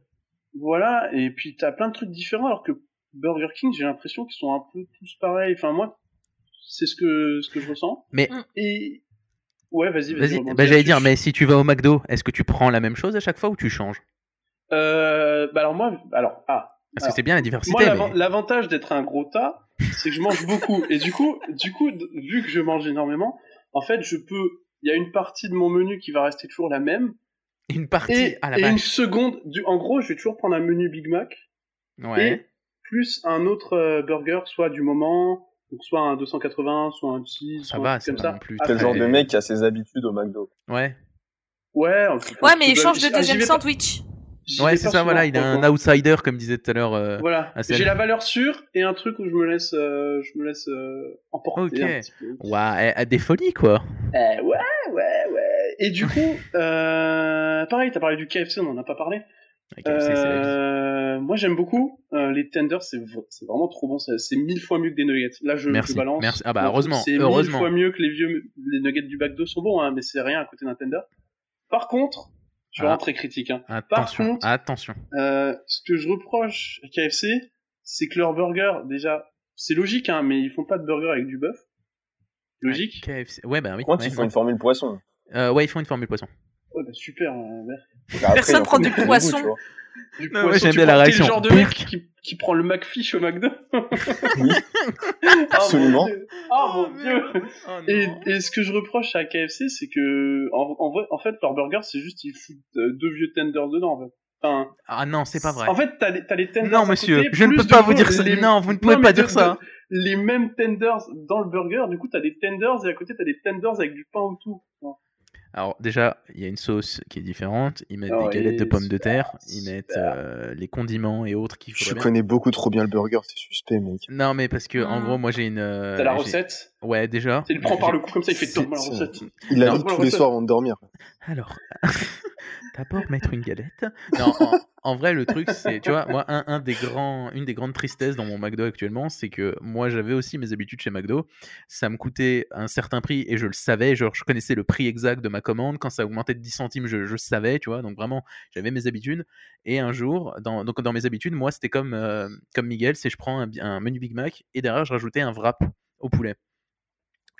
[SPEAKER 3] Voilà, et puis t'as plein de trucs différents, alors que Burger King, j'ai l'impression qu'ils sont un peu tous pareils. Enfin, moi, c'est ce que, ce que je ressens.
[SPEAKER 4] Mais-
[SPEAKER 3] Et. Ouais, vas-y, vas-y.
[SPEAKER 4] Vas-y,
[SPEAKER 3] rebondis
[SPEAKER 4] bah, j'allais
[SPEAKER 3] là-dessus.
[SPEAKER 4] dire, mais si tu vas au McDo, est-ce que tu prends la même chose à chaque fois ou tu changes
[SPEAKER 3] Euh, bah alors, moi, alors, ah.
[SPEAKER 4] Parce
[SPEAKER 3] Alors,
[SPEAKER 4] que c'est bien la
[SPEAKER 3] Moi,
[SPEAKER 4] diversité.
[SPEAKER 3] l'avan-
[SPEAKER 4] mais-
[SPEAKER 3] l'avantage d'être un gros tas, c'est que je mange beaucoup. Et du coup, du coup, d- vu que je mange énormément, en fait, je peux. Il y a une partie de mon menu qui va rester toujours la même.
[SPEAKER 4] Une partie
[SPEAKER 3] Et,
[SPEAKER 4] à la
[SPEAKER 3] et une
[SPEAKER 4] vache.
[SPEAKER 3] seconde. Du, en gros, je vais toujours prendre un menu Big Mac.
[SPEAKER 4] Ouais.
[SPEAKER 3] et plus un autre euh, burger, soit du moment, donc soit un 280, soit un cheese,
[SPEAKER 4] Ça
[SPEAKER 3] soit
[SPEAKER 4] va,
[SPEAKER 3] un truc
[SPEAKER 4] c'est
[SPEAKER 3] comme
[SPEAKER 4] pas
[SPEAKER 3] ça.
[SPEAKER 4] non plus
[SPEAKER 3] Ah,
[SPEAKER 6] Quel
[SPEAKER 4] très-
[SPEAKER 3] ouais.
[SPEAKER 6] genre de mec qui a ses habitudes au McDo
[SPEAKER 4] Ouais,
[SPEAKER 3] Ouais,
[SPEAKER 4] Euh,
[SPEAKER 5] Ouais, mais il change de
[SPEAKER 3] Ah, j'y
[SPEAKER 5] deuxième
[SPEAKER 3] vais pas-
[SPEAKER 5] sandwich.
[SPEAKER 3] j'y
[SPEAKER 4] ouais
[SPEAKER 3] vais
[SPEAKER 4] c'est
[SPEAKER 3] pas
[SPEAKER 4] ça,
[SPEAKER 3] souvent,
[SPEAKER 4] voilà. Il a un
[SPEAKER 3] franchement.
[SPEAKER 4] outsider, comme disait tout à l'heure. euh,
[SPEAKER 3] Voilà,
[SPEAKER 4] Ah, c'est-
[SPEAKER 3] j'ai la valeur sûre et un truc où je me laisse, euh, je me laisse euh, emporter
[SPEAKER 4] Ok.
[SPEAKER 3] un petit peu.
[SPEAKER 4] Ouais, à eh, des folies, quoi.
[SPEAKER 3] Eh, ouais, ouais, ouais. Et du coup, euh, pareil, t'as parlé du KFC, on en a pas parlé.
[SPEAKER 4] Ok, c'est- c'est la vie.
[SPEAKER 3] Euh, moi j'aime beaucoup Euh, les tenders, c'est v- c'est vraiment trop bon, c'est c'est mille fois mieux que des nuggets. Là je,
[SPEAKER 4] Merci,
[SPEAKER 3] je balance.
[SPEAKER 4] merci. Ah bah,
[SPEAKER 3] Mon truc,
[SPEAKER 4] heureusement,
[SPEAKER 3] C'est mille
[SPEAKER 4] heureusement.
[SPEAKER 3] fois mieux que les vieux les nuggets du bac 2 sont bons, hein, mais c'est rien à côté d'un tender. Par contre, je suis
[SPEAKER 4] Ah.
[SPEAKER 3] vraiment très critique. Hein.
[SPEAKER 4] Attention,
[SPEAKER 3] contre-
[SPEAKER 4] attention.
[SPEAKER 3] Euh, ce que je reproche à KFC, c'est que leur burger, déjà, c'est logique, hein, mais ils font pas de burger avec du bœuf. Logique.
[SPEAKER 4] KFC. Ouais, bah oui.
[SPEAKER 6] Quand
[SPEAKER 4] ouais,
[SPEAKER 6] ils font
[SPEAKER 4] ouais.
[SPEAKER 6] une formule poisson.
[SPEAKER 4] Euh, ouais, ils font une formule poisson.
[SPEAKER 3] Ouais, bah, super. euh,
[SPEAKER 6] Bah, après,
[SPEAKER 5] Personne
[SPEAKER 6] ils en
[SPEAKER 5] prend
[SPEAKER 6] font
[SPEAKER 5] du
[SPEAKER 6] beaucoup,
[SPEAKER 5] poisson.
[SPEAKER 6] tu vois.
[SPEAKER 4] Non,
[SPEAKER 3] du poisson,
[SPEAKER 4] ouais, j'aime
[SPEAKER 3] tu
[SPEAKER 4] bien la
[SPEAKER 3] prends- t'es
[SPEAKER 4] réaction.
[SPEAKER 3] le genre de mec
[SPEAKER 4] Berk.
[SPEAKER 3] qui, qui prend le McFish au McDo.
[SPEAKER 6] Oui, absolument.
[SPEAKER 3] Oh mon dieu. Oh, mon dieu. Et, et ce que je reproche à KFC, c'est que en, en vrai, en fait, leur burger, c'est juste ils foutent euh, deux vieux tenders dedans. En fait, Enfin,
[SPEAKER 4] Ah non, c'est pas vrai.
[SPEAKER 3] en fait, t'as les, t'as les tenders. à
[SPEAKER 4] non,
[SPEAKER 3] côté,
[SPEAKER 4] monsieur, je ne
[SPEAKER 3] plus
[SPEAKER 4] peux
[SPEAKER 3] de
[SPEAKER 4] pas vous
[SPEAKER 3] gros-
[SPEAKER 4] dire ça.
[SPEAKER 3] les-
[SPEAKER 4] Non, vous ne pouvez
[SPEAKER 3] mais
[SPEAKER 4] pas
[SPEAKER 3] de-
[SPEAKER 4] dire ça.
[SPEAKER 3] Les mêmes tenders dans le burger. Du coup, t'as des tenders et à côté, t'as des tenders avec du pain autour. Enfin,
[SPEAKER 4] Alors déjà, il y a une sauce qui est différente. Ils mettent
[SPEAKER 3] Ah
[SPEAKER 4] des
[SPEAKER 3] oui,
[SPEAKER 4] galettes de pommes de terre. Ils
[SPEAKER 3] super.
[SPEAKER 4] mettent euh, les condiments et autres qui.
[SPEAKER 6] Tu connais beaucoup trop bien le burger, c'est suspect, mec.
[SPEAKER 4] Non, mais parce que en
[SPEAKER 5] Hmm.
[SPEAKER 4] gros, moi j'ai une. euh,
[SPEAKER 3] T'as la
[SPEAKER 4] j'ai-
[SPEAKER 3] recette.
[SPEAKER 4] Ouais, déjà.
[SPEAKER 3] Tu le prends par
[SPEAKER 4] J'ai-
[SPEAKER 3] le cou comme ça, il fait
[SPEAKER 4] C'est-
[SPEAKER 3] tomber la
[SPEAKER 6] c'est-
[SPEAKER 3] recette.
[SPEAKER 6] Il
[SPEAKER 4] Non.
[SPEAKER 6] la lit tous les soirs avant de dormir.
[SPEAKER 4] Alors, d'abord mettre une galette. Non, en, en vrai, le truc, c'est, tu vois, moi, un, un des grands, une des grandes tristesses dans mon McDo actuellement, c'est que moi, j'avais aussi mes habitudes chez McDo. Ça me coûtait un certain prix et je le savais. Genre, je connaissais le prix exact de ma commande. Quand ça augmentait de 10 centimes, je, je savais, tu vois. Donc, vraiment, j'avais mes habitudes. Et un jour, dans, donc, dans mes habitudes, moi, c'était comme, euh, comme Miguel, c'est je prends un, bi- un menu Big Mac et derrière, je rajoutais un wrap au poulet.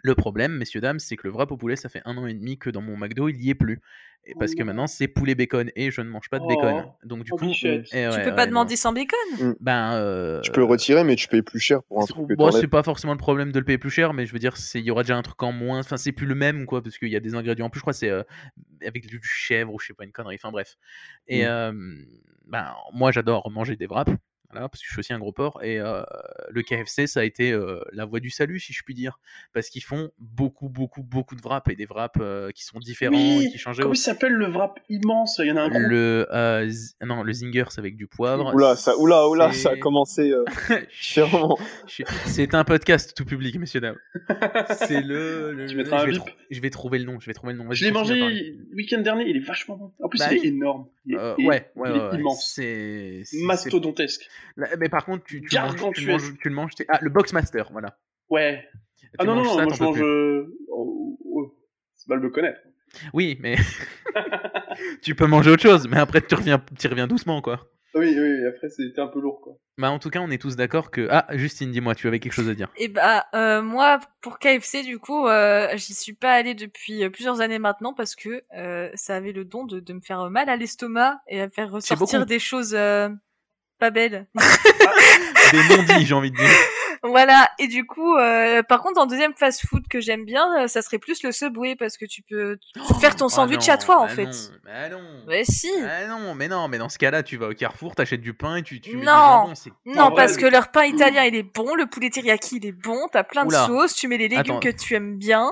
[SPEAKER 4] Le problème, messieurs, dames, c'est que le wrap au poulet, ça fait un an et demi que dans mon McDo, il y est plus. Et parce que
[SPEAKER 3] Oh.
[SPEAKER 4] maintenant, c'est poulet bacon et je ne mange pas de
[SPEAKER 3] Oh.
[SPEAKER 4] bacon. Donc, du
[SPEAKER 3] Oh,
[SPEAKER 4] coup.
[SPEAKER 3] bichette.
[SPEAKER 4] eh
[SPEAKER 5] Tu
[SPEAKER 4] ouais,
[SPEAKER 5] peux pas
[SPEAKER 4] ouais,
[SPEAKER 5] demander sans bacon
[SPEAKER 4] non. Ben. euh,
[SPEAKER 6] Tu peux le retirer, mais tu payes plus cher pour un truc que
[SPEAKER 4] Bon,
[SPEAKER 6] t'enlèves.
[SPEAKER 4] c'est pas forcément le problème de le payer plus cher, mais je veux dire, c'est- il y aura déjà un truc en moins. Enfin, c'est plus le même, quoi, parce qu'il y a des ingrédients en plus. Je crois que c'est euh, avec du chèvre ou je sais pas, une connerie. Enfin, bref. Et
[SPEAKER 6] Mm.
[SPEAKER 4] euh, ben, moi, j'adore manger des wraps, voilà, parce que je suis aussi un gros porc. Et euh, le KFC, ça a été euh, la voie du salut, si je puis dire, parce qu'ils font beaucoup, beaucoup, beaucoup de wraps et des wraps euh, qui sont différents
[SPEAKER 3] Oui.
[SPEAKER 4] et qui changent.
[SPEAKER 3] Comment il s'appelle le wrap immense Il y en a un gros.
[SPEAKER 4] le euh, z- non le zinger c'est avec du poivre
[SPEAKER 6] Oula, ça, oula, oula,
[SPEAKER 4] c'est-
[SPEAKER 6] ça a commencé euh, différemment.
[SPEAKER 4] Chut, c'est un podcast tout public messieurs dames c'est le, le-
[SPEAKER 3] Tu mettras
[SPEAKER 4] je,
[SPEAKER 3] un
[SPEAKER 4] vais
[SPEAKER 3] bip.
[SPEAKER 4] trou- je vais trouver le nom je vais trouver le nom Vas-y,
[SPEAKER 3] Je l'ai mangé
[SPEAKER 4] continue à parler.
[SPEAKER 3] le week-end dernier, il est vachement bon. En plus,
[SPEAKER 4] Bah
[SPEAKER 3] il
[SPEAKER 4] oui.
[SPEAKER 3] est énorme. Il est,
[SPEAKER 4] Euh,
[SPEAKER 3] il est-
[SPEAKER 4] ouais, ouais,
[SPEAKER 3] il
[SPEAKER 4] ouais,
[SPEAKER 3] est
[SPEAKER 4] ouais.
[SPEAKER 3] immense.
[SPEAKER 4] C'est c'est-
[SPEAKER 3] Mastodontesque.
[SPEAKER 4] c'est- Là, Mais par contre, tu, tu, manges, tu,
[SPEAKER 3] Gargantuesque.
[SPEAKER 4] manges, tu le manges. t'es- Ah, le Boxmaster, voilà.
[SPEAKER 3] Ouais.
[SPEAKER 4] Tu
[SPEAKER 3] Ah non, non,
[SPEAKER 4] manges
[SPEAKER 3] non,
[SPEAKER 4] ça,
[SPEAKER 3] moi
[SPEAKER 4] t'en
[SPEAKER 3] je
[SPEAKER 4] peux
[SPEAKER 3] mange.
[SPEAKER 4] plus.
[SPEAKER 3] euh, oh, oh, C'est mal me connaître.
[SPEAKER 4] Oui, mais tu peux manger autre chose, mais après tu reviens, tu reviens doucement, quoi.
[SPEAKER 3] Ah Oui, oui, après c'était un peu lourd quoi.
[SPEAKER 4] Bah, en tout cas, on est tous d'accord que. Ah, Justine, dis-moi, tu avais quelque chose à dire.
[SPEAKER 5] Et bah euh, moi pour KFC du coup euh, j'y suis pas allée depuis euh, plusieurs années maintenant parce que euh, ça avait le don de, de me faire euh, mal à l'estomac et à faire
[SPEAKER 4] C'est
[SPEAKER 5] ressortir
[SPEAKER 4] beaucoup.
[SPEAKER 5] des choses euh, pas belles.
[SPEAKER 4] Des non-dits, j'ai envie de dire.
[SPEAKER 5] Voilà. Et du coup, euh, par contre, en deuxième fast-food que j'aime bien, euh, ça serait plus le Subway parce que tu peux tu peux faire ton
[SPEAKER 4] Oh
[SPEAKER 5] sandwich
[SPEAKER 4] non,
[SPEAKER 5] à toi en
[SPEAKER 4] bah
[SPEAKER 5] fait.
[SPEAKER 4] non, bah non.
[SPEAKER 5] Mais si.
[SPEAKER 4] Ah non, mais non, mais dans ce cas-là, tu vas au Carrefour, t'achètes du pain et tu, tu mets du
[SPEAKER 5] Non.
[SPEAKER 4] jambon, c'est
[SPEAKER 5] Non,
[SPEAKER 3] Ah ouais,
[SPEAKER 5] parce
[SPEAKER 3] mais-
[SPEAKER 5] que leur pain italien, il est bon, le poulet teriyaki, il est bon, t'as plein de
[SPEAKER 4] Mm. Oula.
[SPEAKER 5] sauces, tu mets les légumes
[SPEAKER 4] Attends.
[SPEAKER 5] que tu aimes bien,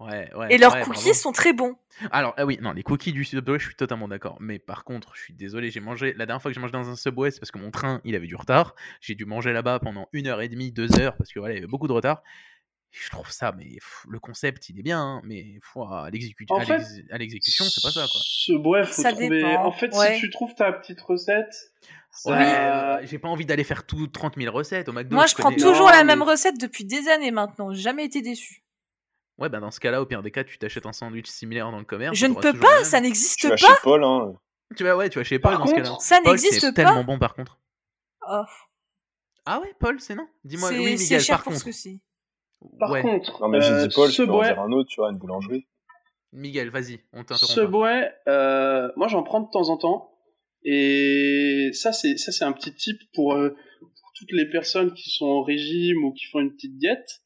[SPEAKER 4] Ouais, ouais,
[SPEAKER 5] et leurs
[SPEAKER 4] ouais,
[SPEAKER 5] cookies
[SPEAKER 4] pardon.
[SPEAKER 5] sont très bons.
[SPEAKER 4] Alors, ah oui, non, les cookies du Subway, je suis totalement d'accord. Mais par contre, je suis désolé, j'ai mangé. La dernière fois que j'ai mangé dans un Subway, c'est parce que mon train, il avait du retard. J'ai dû manger là-bas pendant une heure et demie, deux heures, parce que voilà, il y avait beaucoup de retard. Je trouve ça, mais pff, le concept, il est bien, hein, mais pff, à l'exécu-
[SPEAKER 3] En
[SPEAKER 4] à
[SPEAKER 3] fait,
[SPEAKER 4] l'exé- à l'exécution, c'est pas ça, quoi.
[SPEAKER 3] Ce bref, faut
[SPEAKER 5] Ça
[SPEAKER 3] trouver.
[SPEAKER 5] dépend,
[SPEAKER 3] En fait,
[SPEAKER 5] ouais.
[SPEAKER 3] si tu trouves ta petite recette,
[SPEAKER 4] Ouais,
[SPEAKER 3] ça-
[SPEAKER 4] euh, j'ai pas envie d'aller faire tout 30 000 recettes au McDo.
[SPEAKER 5] Moi, je prends
[SPEAKER 4] connais-
[SPEAKER 5] toujours la
[SPEAKER 3] Non,
[SPEAKER 5] même
[SPEAKER 3] mais-
[SPEAKER 5] recette depuis des années maintenant, j'ai jamais été déçu.
[SPEAKER 4] Ouais, bah dans ce cas-là, au pire des cas, tu t'achètes un sandwich similaire dans le commerce.
[SPEAKER 5] Je ne
[SPEAKER 4] t'auras
[SPEAKER 5] peux
[SPEAKER 4] toujours le
[SPEAKER 5] pas,
[SPEAKER 4] même.
[SPEAKER 5] ça
[SPEAKER 6] Tu
[SPEAKER 5] n'existe
[SPEAKER 6] vas
[SPEAKER 5] pas.
[SPEAKER 6] chez Paul, hein.
[SPEAKER 4] Tu vas, ouais, tu vas chez Paul
[SPEAKER 3] Par
[SPEAKER 4] dans ce cas-là.
[SPEAKER 3] contre,
[SPEAKER 5] Ça
[SPEAKER 4] Paul, c'est
[SPEAKER 5] n'existe pas.
[SPEAKER 4] tellement bon par contre.
[SPEAKER 5] Oh.
[SPEAKER 4] Ah ouais, Paul, c'est non Dis-moi,
[SPEAKER 5] C'est
[SPEAKER 4] oui,
[SPEAKER 5] c'est
[SPEAKER 4] Miguel,
[SPEAKER 5] cher
[SPEAKER 4] par
[SPEAKER 5] pour
[SPEAKER 4] contre.
[SPEAKER 5] ce que c'est.
[SPEAKER 3] par
[SPEAKER 4] ouais,
[SPEAKER 3] contre,
[SPEAKER 6] Non, mais j'ai
[SPEAKER 3] euh,
[SPEAKER 6] dit Paul,
[SPEAKER 3] ce
[SPEAKER 6] je peux en
[SPEAKER 3] bois-
[SPEAKER 6] dire un autre, tu vois, une boulangerie.
[SPEAKER 4] Miguel, vas-y, on t'interrompt.
[SPEAKER 3] Ce
[SPEAKER 4] pas.
[SPEAKER 3] bois, euh, moi j'en prends de temps en temps. Et ça, c'est ça c'est un petit tip pour, euh, pour toutes les personnes qui sont en régime ou qui font une petite diète.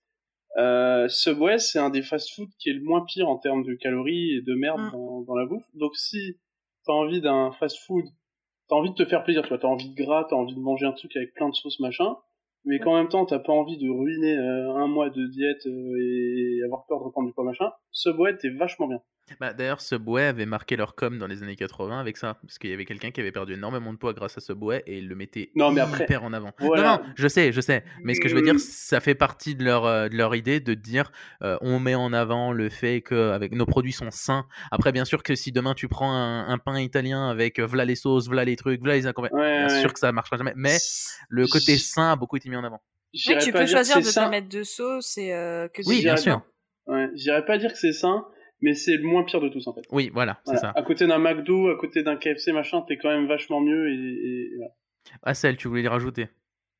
[SPEAKER 3] Euh, Subway, c'est un des fast-food qui est le moins pire en termes de calories et de merde
[SPEAKER 5] Mm.
[SPEAKER 3] dans, dans la bouffe. Donc si t'as envie d'un fast-food, t'as envie de te faire plaisir, tu vois, t'as envie de gras, t'as envie de manger un truc avec plein de sauces machin, mais qu'en même temps t'as pas envie de ruiner euh, un mois de diète euh, et avoir peur de reprendre du poids machin, Subway t'es vachement bien.
[SPEAKER 4] Bah, D'ailleurs, Subway avait marqué leur com dans les années 80 avec ça, parce qu'il y avait quelqu'un qui avait perdu énormément de poids grâce à Subway et il le mettait
[SPEAKER 3] Non, mais
[SPEAKER 4] hyper
[SPEAKER 3] après,
[SPEAKER 4] en avant.
[SPEAKER 3] voilà. Mmh.
[SPEAKER 4] Non, non, je sais, je sais, mais ce que je veux dire, ça fait partie de leur, euh, de leur idée de dire euh, on met en avant le fait que avec, nos produits sont sains. Après, bien sûr que si demain tu prends un, un pain italien avec euh, v'là les sauces, v'là les trucs, v'là les inconvénients,
[SPEAKER 3] Ouais,
[SPEAKER 4] bien
[SPEAKER 3] ouais.
[SPEAKER 4] sûr que ça marchera jamais, mais le côté sain a beaucoup été mis en avant.
[SPEAKER 5] Oui,
[SPEAKER 3] J'irais
[SPEAKER 5] tu
[SPEAKER 3] pas
[SPEAKER 5] peux
[SPEAKER 3] dire que
[SPEAKER 5] choisir
[SPEAKER 3] c'est
[SPEAKER 5] de pas
[SPEAKER 3] sain.
[SPEAKER 5] mettre de sauce et euh, que
[SPEAKER 4] Oui,
[SPEAKER 5] tu-
[SPEAKER 4] bien
[SPEAKER 3] J'irais
[SPEAKER 4] sûr.
[SPEAKER 3] Ouais, j'irais pas dire que c'est sain, mais c'est le moins pire de tous en fait.
[SPEAKER 4] Oui, voilà, c'est ça.
[SPEAKER 3] Voilà. À côté d'un McDo, à côté d'un KFC machin, t'es quand même vachement mieux. Et, et- et-
[SPEAKER 4] Ah, celle, tu voulais les rajouter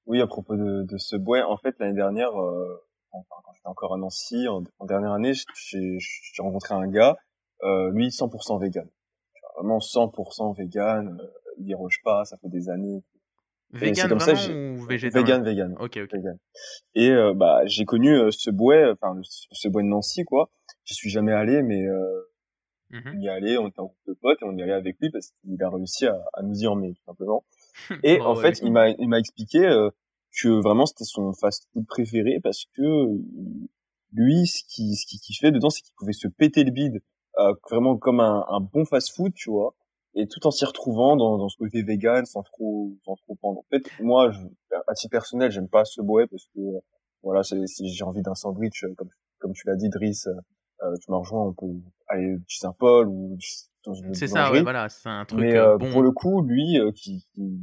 [SPEAKER 6] Oui, à propos de, de ce bois, en fait, l'année dernière, euh, enfin, quand j'étais encore à Nancy, en, en dernière année, j'ai j'ai rencontré un gars, euh, lui, 100% vegan. Tu vois, Vraiment 100% vegan, euh, il déroge pas, ça fait des années.
[SPEAKER 4] Vegan
[SPEAKER 6] c'est comme ça
[SPEAKER 4] vraiment
[SPEAKER 6] que
[SPEAKER 4] ou végétarien
[SPEAKER 6] Vegan, vegan.
[SPEAKER 4] Ok, ok.
[SPEAKER 6] vegan. Et euh, bah j'ai connu euh, ce bois, enfin le- ce bois de Nancy quoi. Je suis jamais allé, mais euh,
[SPEAKER 4] Mhm.
[SPEAKER 6] on y est allé, on était un groupe de potes et on y est allé avec lui parce qu'il a réussi à, à nous y emmener tout simplement. Et en
[SPEAKER 4] Bravo à lui.
[SPEAKER 6] fait, il m'a il m'a expliqué euh, que vraiment c'était son fast-food préféré parce que euh, lui, ce qui ce qui kiffait dedans, c'est qu'il pouvait se péter le bide euh, vraiment comme un, un bon fast-food, tu vois. Et tout en s'y retrouvant dans, dans ce côté vegan, sans trop sans trop prendre. En fait, moi, je, à titre personnel, j'aime Bah, pas ce boé parce que euh, voilà, c'est- si j'ai envie d'un sandwich, euh, comme comme tu l'as dit, Driss, euh, euh, tu m'as rejoint, on peut aller chez Saint-Paul ou dans une
[SPEAKER 4] C'est
[SPEAKER 6] boulangerie.
[SPEAKER 4] ça, ouais, voilà, c'est un truc
[SPEAKER 6] ben, Mais
[SPEAKER 4] euh,
[SPEAKER 6] euh,
[SPEAKER 4] bon.
[SPEAKER 6] pour le coup, lui, euh, qui, qui-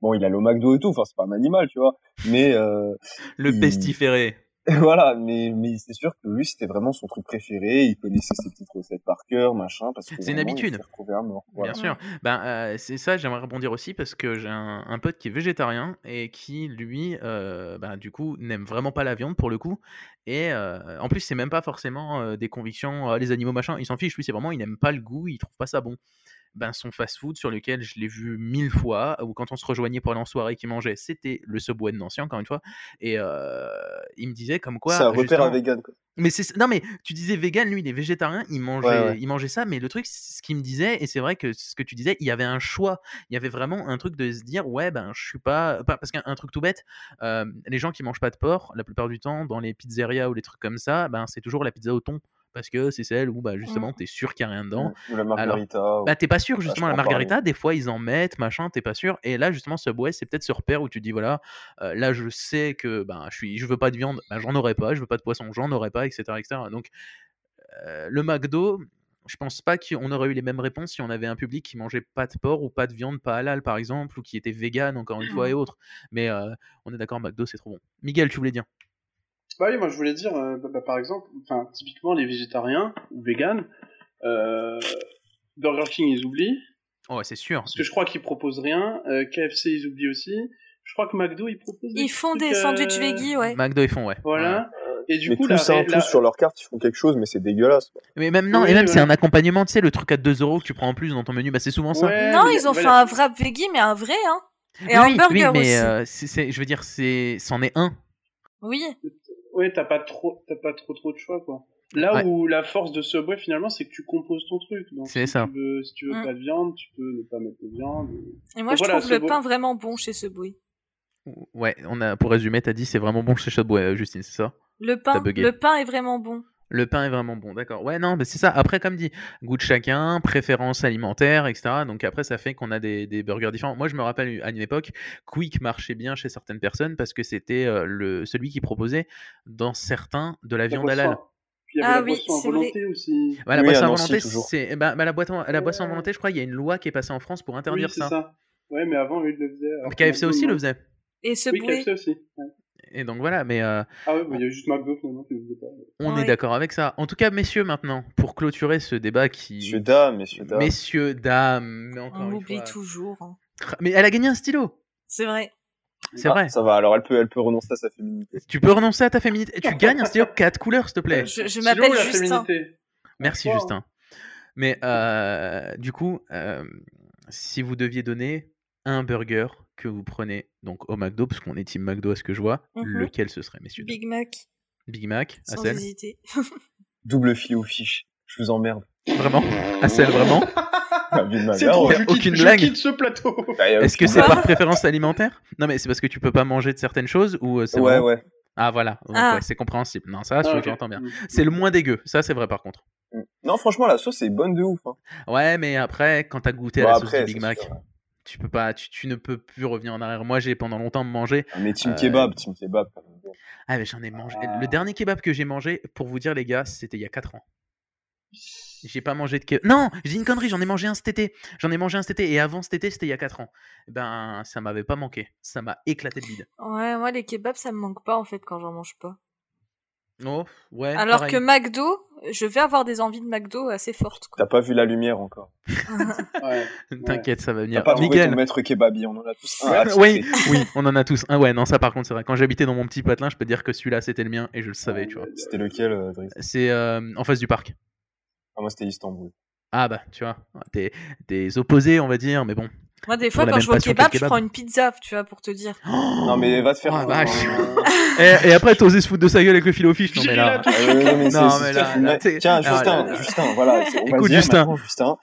[SPEAKER 6] bon, il allait au McDo et tout, enfin, c'est pas un animal, tu vois. Mais euh,
[SPEAKER 4] le
[SPEAKER 6] il-
[SPEAKER 4] pestiféré.
[SPEAKER 6] voilà, mais mais c'est sûr que lui, c'était vraiment son truc préféré. Il connaissait ses petites recettes par cœur, machin, parce que
[SPEAKER 4] C'est une
[SPEAKER 6] vraiment, il
[SPEAKER 4] habitude.
[SPEAKER 6] s'est retrouvé à mort. Voilà.
[SPEAKER 4] Bien sûr. Ben, euh, c'est ça, j'aimerais rebondir aussi parce que j'ai un, un pote qui est végétarien et qui, lui, euh, ben, du coup, n'aime vraiment pas la viande pour le coup. Et euh, en plus, c'est même pas forcément euh, des convictions, euh, les animaux, machin, il s'en fiche. Lui, c'est vraiment, il n'aime pas le goût, il trouve pas ça bon. Ben, son fast-food sur lequel je l'ai vu mille fois, ou quand on se rejoignait pour aller en soirée qui mangeait, c'était le Subway de Nancy, encore une fois. Et euh, il me disait comme quoi.
[SPEAKER 6] C'est un repère à
[SPEAKER 4] justement,
[SPEAKER 6] vegan. Quoi.
[SPEAKER 4] mais c'est non mais tu disais vegan lui il est végétarien il mangeait
[SPEAKER 6] Ouais, ouais.
[SPEAKER 4] il mangeait ça mais le truc c'est ce qu'il me disait et c'est vrai que ce que tu disais il y avait un choix il y avait vraiment un truc de se dire ouais ben je suis pas pas- parce qu'un un truc tout bête euh, les gens qui mangent pas de porc la plupart du temps dans les pizzerias ou les trucs comme ça ben c'est toujours la pizza au thon parce que c'est celle où
[SPEAKER 6] Mmh.
[SPEAKER 4] bah justement t'es sûr qu'il y a rien dedans
[SPEAKER 6] Ou la margarita. ou-
[SPEAKER 4] bah t'es pas sûr
[SPEAKER 6] je
[SPEAKER 4] justement la
[SPEAKER 6] prends pareil.
[SPEAKER 4] margarita, des fois ils en mettent, machin, t'es pas sûr. Et là justement ce bois c'est peut-être ce repère où tu dis voilà, euh, là je sais que ben je suis, je veux pas de viande, ben, j'en aurai pas, je veux pas de poisson, j'en aurai pas, etc., etc. Donc euh, le McDo, je pense pas qu'on aurait eu les mêmes réponses si on avait un public qui mangeait pas de porc ou pas de viande, pas halal par exemple, ou qui était vegan encore une
[SPEAKER 3] Mmh.
[SPEAKER 4] fois et autres. Mais euh, on est d'accord, McDo c'est trop bon. Miguel, tu voulais dire
[SPEAKER 3] Bah oui, moi je voulais dire, euh, bah, bah, par exemple, enfin typiquement les végétariens ou véganes, euh, Burger King ils oublient,
[SPEAKER 4] Oh c'est sûr.
[SPEAKER 3] parce que je crois qu'ils proposent rien. euh, KFC ils oublient aussi. Je crois que McDo ils proposent.
[SPEAKER 5] Ils font des
[SPEAKER 3] trucs, euh,
[SPEAKER 5] sandwichs veggie, ouais.
[SPEAKER 4] McDo ils font ouais. Ouais.
[SPEAKER 3] Voilà. Et du
[SPEAKER 6] mais
[SPEAKER 3] coup
[SPEAKER 6] plus,
[SPEAKER 3] la,
[SPEAKER 6] ça,
[SPEAKER 3] ré-
[SPEAKER 6] plus
[SPEAKER 3] la-
[SPEAKER 6] sur leur carte, ils font quelque chose, mais c'est dégueulasse. quoi.
[SPEAKER 4] Mais même non,
[SPEAKER 3] Oui,
[SPEAKER 4] et même c'est
[SPEAKER 3] voilà.
[SPEAKER 4] un accompagnement, tu sais le truc à 2 euros que tu prends en plus dans ton menu, bah c'est souvent ça.
[SPEAKER 3] Ouais,
[SPEAKER 5] non,
[SPEAKER 3] mais
[SPEAKER 5] ils ont
[SPEAKER 3] voilà.
[SPEAKER 5] fait un wrap veggie, mais un vrai, hein. Et
[SPEAKER 4] Oui,
[SPEAKER 5] un
[SPEAKER 4] oui,
[SPEAKER 5] burger
[SPEAKER 4] oui, mais
[SPEAKER 5] aussi.
[SPEAKER 4] euh, c'est- c'est- je veux dire, c'est, c'en est un.
[SPEAKER 5] Oui.
[SPEAKER 3] Ouais, t'as pas trop, t'as pas trop trop de choix quoi. Là
[SPEAKER 4] Ouais.
[SPEAKER 3] où la force de Subway finalement, c'est que tu composes ton truc. Donc,
[SPEAKER 4] C'est
[SPEAKER 3] si
[SPEAKER 4] ça.
[SPEAKER 3] Tu veux, si tu veux
[SPEAKER 5] Mm.
[SPEAKER 3] pas de viande, tu peux ne pas mettre de viande.
[SPEAKER 5] Et moi, je
[SPEAKER 3] Voilà,
[SPEAKER 5] trouve
[SPEAKER 3] c'est
[SPEAKER 5] le
[SPEAKER 3] bon.
[SPEAKER 5] pain vraiment bon chez ce bruit.
[SPEAKER 4] Ouais, on a, pour résumer, t'as dit c'est vraiment bon chez Subway, euh, Justine, c'est ça
[SPEAKER 5] Le pain,
[SPEAKER 4] bugué.
[SPEAKER 5] le pain est vraiment bon.
[SPEAKER 4] Le pain est vraiment bon, d'accord. Ouais, non, mais c'est ça. Après, comme dit, goût de chacun, préférence alimentaire, etc. Donc après, ça fait qu'on a des, des burgers différents. Moi, je me rappelle à une époque, Quick marchait bien chez certaines personnes parce que c'était euh, le celui qui proposait dans certains de la viande halal.
[SPEAKER 3] Puis il y avait
[SPEAKER 5] Ah
[SPEAKER 3] la
[SPEAKER 5] oui,
[SPEAKER 3] boisson à
[SPEAKER 5] c'est vrai.
[SPEAKER 3] volonté aussi.
[SPEAKER 4] Bah, la
[SPEAKER 6] Oui,
[SPEAKER 4] boisson
[SPEAKER 6] à
[SPEAKER 4] à
[SPEAKER 6] Nancy,
[SPEAKER 4] volonté,
[SPEAKER 6] toujours.
[SPEAKER 4] c'est bah, bah, la, boisson, la boisson à
[SPEAKER 3] Ouais.
[SPEAKER 4] volonté, je crois, il y a une loi qui est passée en France pour
[SPEAKER 3] Oui,
[SPEAKER 4] interdire
[SPEAKER 3] c'est
[SPEAKER 4] ça.
[SPEAKER 3] ça. Ouais, mais avant ils le faisaient. alors que
[SPEAKER 4] KFC aussi
[SPEAKER 3] maintenant,
[SPEAKER 4] le faisait.
[SPEAKER 5] Et ce
[SPEAKER 3] Oui,
[SPEAKER 5] bruit,
[SPEAKER 3] KFC aussi. ouais.
[SPEAKER 4] Et donc voilà, mais euh,
[SPEAKER 3] Ah ouais, mais il y a juste McDo finalement qui le faisait pas.
[SPEAKER 4] on est
[SPEAKER 5] Ouais.
[SPEAKER 4] d'accord avec ça. En tout cas, messieurs, maintenant, pour clôturer ce débat qui.
[SPEAKER 6] Monsieur Dame, messieurs Dame.
[SPEAKER 4] Messieurs, dames, mais encore
[SPEAKER 5] on
[SPEAKER 4] une
[SPEAKER 5] oublie
[SPEAKER 4] fois.
[SPEAKER 5] toujours. hein.
[SPEAKER 4] Mais elle a gagné un stylo.
[SPEAKER 5] C'est vrai.
[SPEAKER 4] C'est
[SPEAKER 6] Ah,
[SPEAKER 4] vrai.
[SPEAKER 6] Ça va, alors elle peut, elle peut renoncer à sa féminité.
[SPEAKER 4] Tu peux renoncer à ta féminité. Et Tu gagnes un stylo 4 couleurs, s'il te plaît.
[SPEAKER 5] Je, je
[SPEAKER 3] Sinon,
[SPEAKER 5] m'appelle
[SPEAKER 3] la
[SPEAKER 5] Justin.
[SPEAKER 3] féminité.
[SPEAKER 4] Merci,
[SPEAKER 3] Parfois,
[SPEAKER 4] Justin. Mais euh, du coup, euh, si vous deviez donner un burger que vous prenez donc au McDo, parce qu'on est team McDo à ce que je vois,
[SPEAKER 5] Mhm.
[SPEAKER 4] lequel ce serait, messieurs dames
[SPEAKER 5] Big Mac,
[SPEAKER 4] Big Mac
[SPEAKER 5] sans
[SPEAKER 4] Hassel
[SPEAKER 5] hésiter.
[SPEAKER 6] Double filet aux fiches. Je vous emmerde.
[SPEAKER 4] Vraiment Hassel, vraiment
[SPEAKER 6] Ah, vive ma
[SPEAKER 3] C'est
[SPEAKER 6] mère,
[SPEAKER 3] trop,
[SPEAKER 6] ouais.
[SPEAKER 4] ouais.
[SPEAKER 3] je
[SPEAKER 4] Aucune
[SPEAKER 3] quitte, je
[SPEAKER 4] blague.
[SPEAKER 3] quitte ce plateau.
[SPEAKER 6] Ah, y a
[SPEAKER 4] Est-ce que
[SPEAKER 6] aucune-
[SPEAKER 4] c'est par préférence alimentaire Non, mais c'est parce que tu peux pas manger de certaines choses ou euh, c'est
[SPEAKER 6] Ouais,
[SPEAKER 4] vraiment-
[SPEAKER 6] ouais.
[SPEAKER 4] Ah, voilà. Donc,
[SPEAKER 5] Ah.
[SPEAKER 4] ouais, c'est compréhensible. Non, ça,
[SPEAKER 3] Ah,
[SPEAKER 4] je
[SPEAKER 3] ok.
[SPEAKER 4] j'entends bien.
[SPEAKER 3] Mm.
[SPEAKER 4] C'est le moins dégueu. Ça, c'est vrai, par contre.
[SPEAKER 6] Mm. Non, franchement, la sauce est bonne de ouf. hein.
[SPEAKER 4] Ouais, mais après, quand t'as goûté
[SPEAKER 6] Bon,
[SPEAKER 4] à la sauce
[SPEAKER 6] après,
[SPEAKER 4] du Big
[SPEAKER 6] c'est
[SPEAKER 4] Mac,
[SPEAKER 6] sûr.
[SPEAKER 4] tu peux pas, tu, tu ne peux plus revenir en arrière. Moi, j'ai pendant longtemps mangé.
[SPEAKER 6] Ah, Mais Team
[SPEAKER 4] Euh,
[SPEAKER 6] Kebab, Team Kebab, quand même.
[SPEAKER 4] Ah, mais j'en ai mangé. Le dernier kebab que j'ai mangé, pour vous dire les gars, c'était il y a 4 ans. J'ai pas mangé de kebab. Non, j'ai une connerie. J'en ai mangé un cet été. J'en ai mangé un cet été. Et avant cet été, c'était il y a 4 ans. Ben, ça m'avait pas manqué. Ça m'a éclaté de bide.
[SPEAKER 5] Ouais, moi les kebabs ça me manque pas en fait quand j'en mange pas.
[SPEAKER 4] Oh, ouais.
[SPEAKER 5] Alors
[SPEAKER 4] pareil.
[SPEAKER 5] que McDo, je vais avoir des envies de McDo assez fortes. Quoi.
[SPEAKER 6] T'as pas vu la lumière encore.
[SPEAKER 3] Ouais.
[SPEAKER 4] T'inquiète, ça va venir.
[SPEAKER 6] T'as pas trouvé
[SPEAKER 4] Miguel.
[SPEAKER 6] ton maître kebabi, on en a tous Ah, un. à
[SPEAKER 4] Ouais,
[SPEAKER 6] titrer.
[SPEAKER 4] oui, oui, on en a tous. Ah ouais, non, ça par contre, c'est vrai. Quand j'habitais dans mon petit patelin, je peux dire que celui-là, c'était le mien et je le savais, tu vois.
[SPEAKER 6] C'était lequel, euh, Driss
[SPEAKER 4] C'est euh, en face du parc.
[SPEAKER 6] Ah, moi, c'était Istanbul.
[SPEAKER 4] Ah bah, tu vois, t'es des opposés, on va dire, mais bon.
[SPEAKER 5] Moi des fois
[SPEAKER 4] la
[SPEAKER 5] quand
[SPEAKER 4] même
[SPEAKER 5] je vois
[SPEAKER 4] passion
[SPEAKER 5] kebab,
[SPEAKER 4] que
[SPEAKER 5] je
[SPEAKER 4] le kebab.
[SPEAKER 5] prends une pizza, tu vois, pour te dire.
[SPEAKER 6] Non, mais va te faire.
[SPEAKER 4] Oh, la
[SPEAKER 6] voir.
[SPEAKER 4] vache.
[SPEAKER 6] Euh,
[SPEAKER 4] Et, et après, t'as osé se foutre de sa gueule avec le fil au fiche. Non, mais là.
[SPEAKER 6] Euh, non, mais
[SPEAKER 4] Non,
[SPEAKER 6] c'est-
[SPEAKER 4] mais
[SPEAKER 6] c'est- c'est-
[SPEAKER 4] là, là,
[SPEAKER 6] mais-
[SPEAKER 4] t'sais-
[SPEAKER 6] Tiens,
[SPEAKER 4] alors,
[SPEAKER 6] Justin,
[SPEAKER 4] là, là.
[SPEAKER 6] Justin, voilà. c'est- On va
[SPEAKER 4] Écoute,
[SPEAKER 6] le dire
[SPEAKER 4] Justin.
[SPEAKER 6] maintenant, Justin.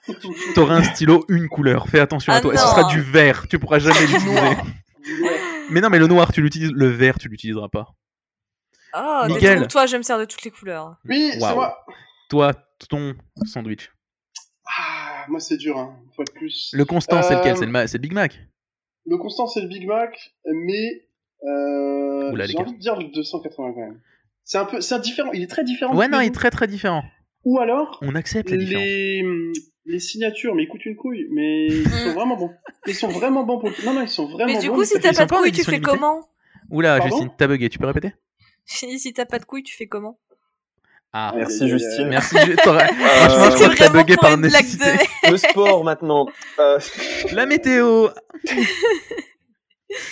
[SPEAKER 4] T'auras un stylo, une couleur. Fais attention à
[SPEAKER 5] Ah
[SPEAKER 4] toi. Et ce
[SPEAKER 5] non.
[SPEAKER 4] sera du vert. Tu pourras jamais l'utiliser. mais non, mais le noir, tu l'utilises. Le vert, tu l'utiliseras pas.
[SPEAKER 5] Oh,
[SPEAKER 4] Nickel.
[SPEAKER 5] toi je me sers de toutes les couleurs.
[SPEAKER 3] Oui, c'est
[SPEAKER 4] Waouh.
[SPEAKER 3] moi.
[SPEAKER 4] Toi, ton sandwich.
[SPEAKER 3] Ah, moi, c'est dur, hein. Une fois de plus.
[SPEAKER 4] Le constant, c'est lequel
[SPEAKER 3] Euh,
[SPEAKER 4] C'est le, ma- c'est le Big Mac
[SPEAKER 3] Le constant, c'est le Big Mac, mais euh,
[SPEAKER 4] Oula, les
[SPEAKER 3] j'ai
[SPEAKER 4] gars.
[SPEAKER 3] envie de dire le 280 quand même. C'est un peu, c'est un différent. Il est très différent.
[SPEAKER 4] Ouais,
[SPEAKER 3] de
[SPEAKER 4] non,
[SPEAKER 3] tous les
[SPEAKER 4] il est très très différent.
[SPEAKER 3] goûts. Ou alors
[SPEAKER 4] On accepte la différence.
[SPEAKER 3] les les signatures, mais ils coûtent une couille, mais ils sont vraiment bons. Ils sont vraiment bons pour. Non, non, ils sont
[SPEAKER 4] Ah,
[SPEAKER 3] vraiment
[SPEAKER 5] Mm. Mais du
[SPEAKER 3] bons.
[SPEAKER 5] coup, si
[SPEAKER 4] ils
[SPEAKER 5] t'as
[SPEAKER 4] sont
[SPEAKER 5] pas de
[SPEAKER 4] pas en
[SPEAKER 5] couilles, tu
[SPEAKER 4] édition
[SPEAKER 5] fais
[SPEAKER 4] limitée
[SPEAKER 5] comment
[SPEAKER 4] Oula,
[SPEAKER 3] Pardon
[SPEAKER 4] Justine, t'as bugué, tu peux répéter
[SPEAKER 5] Si t'as pas de couilles, tu fais comment
[SPEAKER 4] Ah,
[SPEAKER 3] Ouais.
[SPEAKER 6] Merci, Justine.
[SPEAKER 4] merci. je- t'aurais- Franchement, Ah, je
[SPEAKER 5] C'était
[SPEAKER 4] crois que t'as
[SPEAKER 5] vraiment
[SPEAKER 4] bugué
[SPEAKER 5] pour
[SPEAKER 4] par
[SPEAKER 5] une blague
[SPEAKER 4] nécessité.
[SPEAKER 5] de...
[SPEAKER 6] Euh, Le sport maintenant. Euh,
[SPEAKER 4] La météo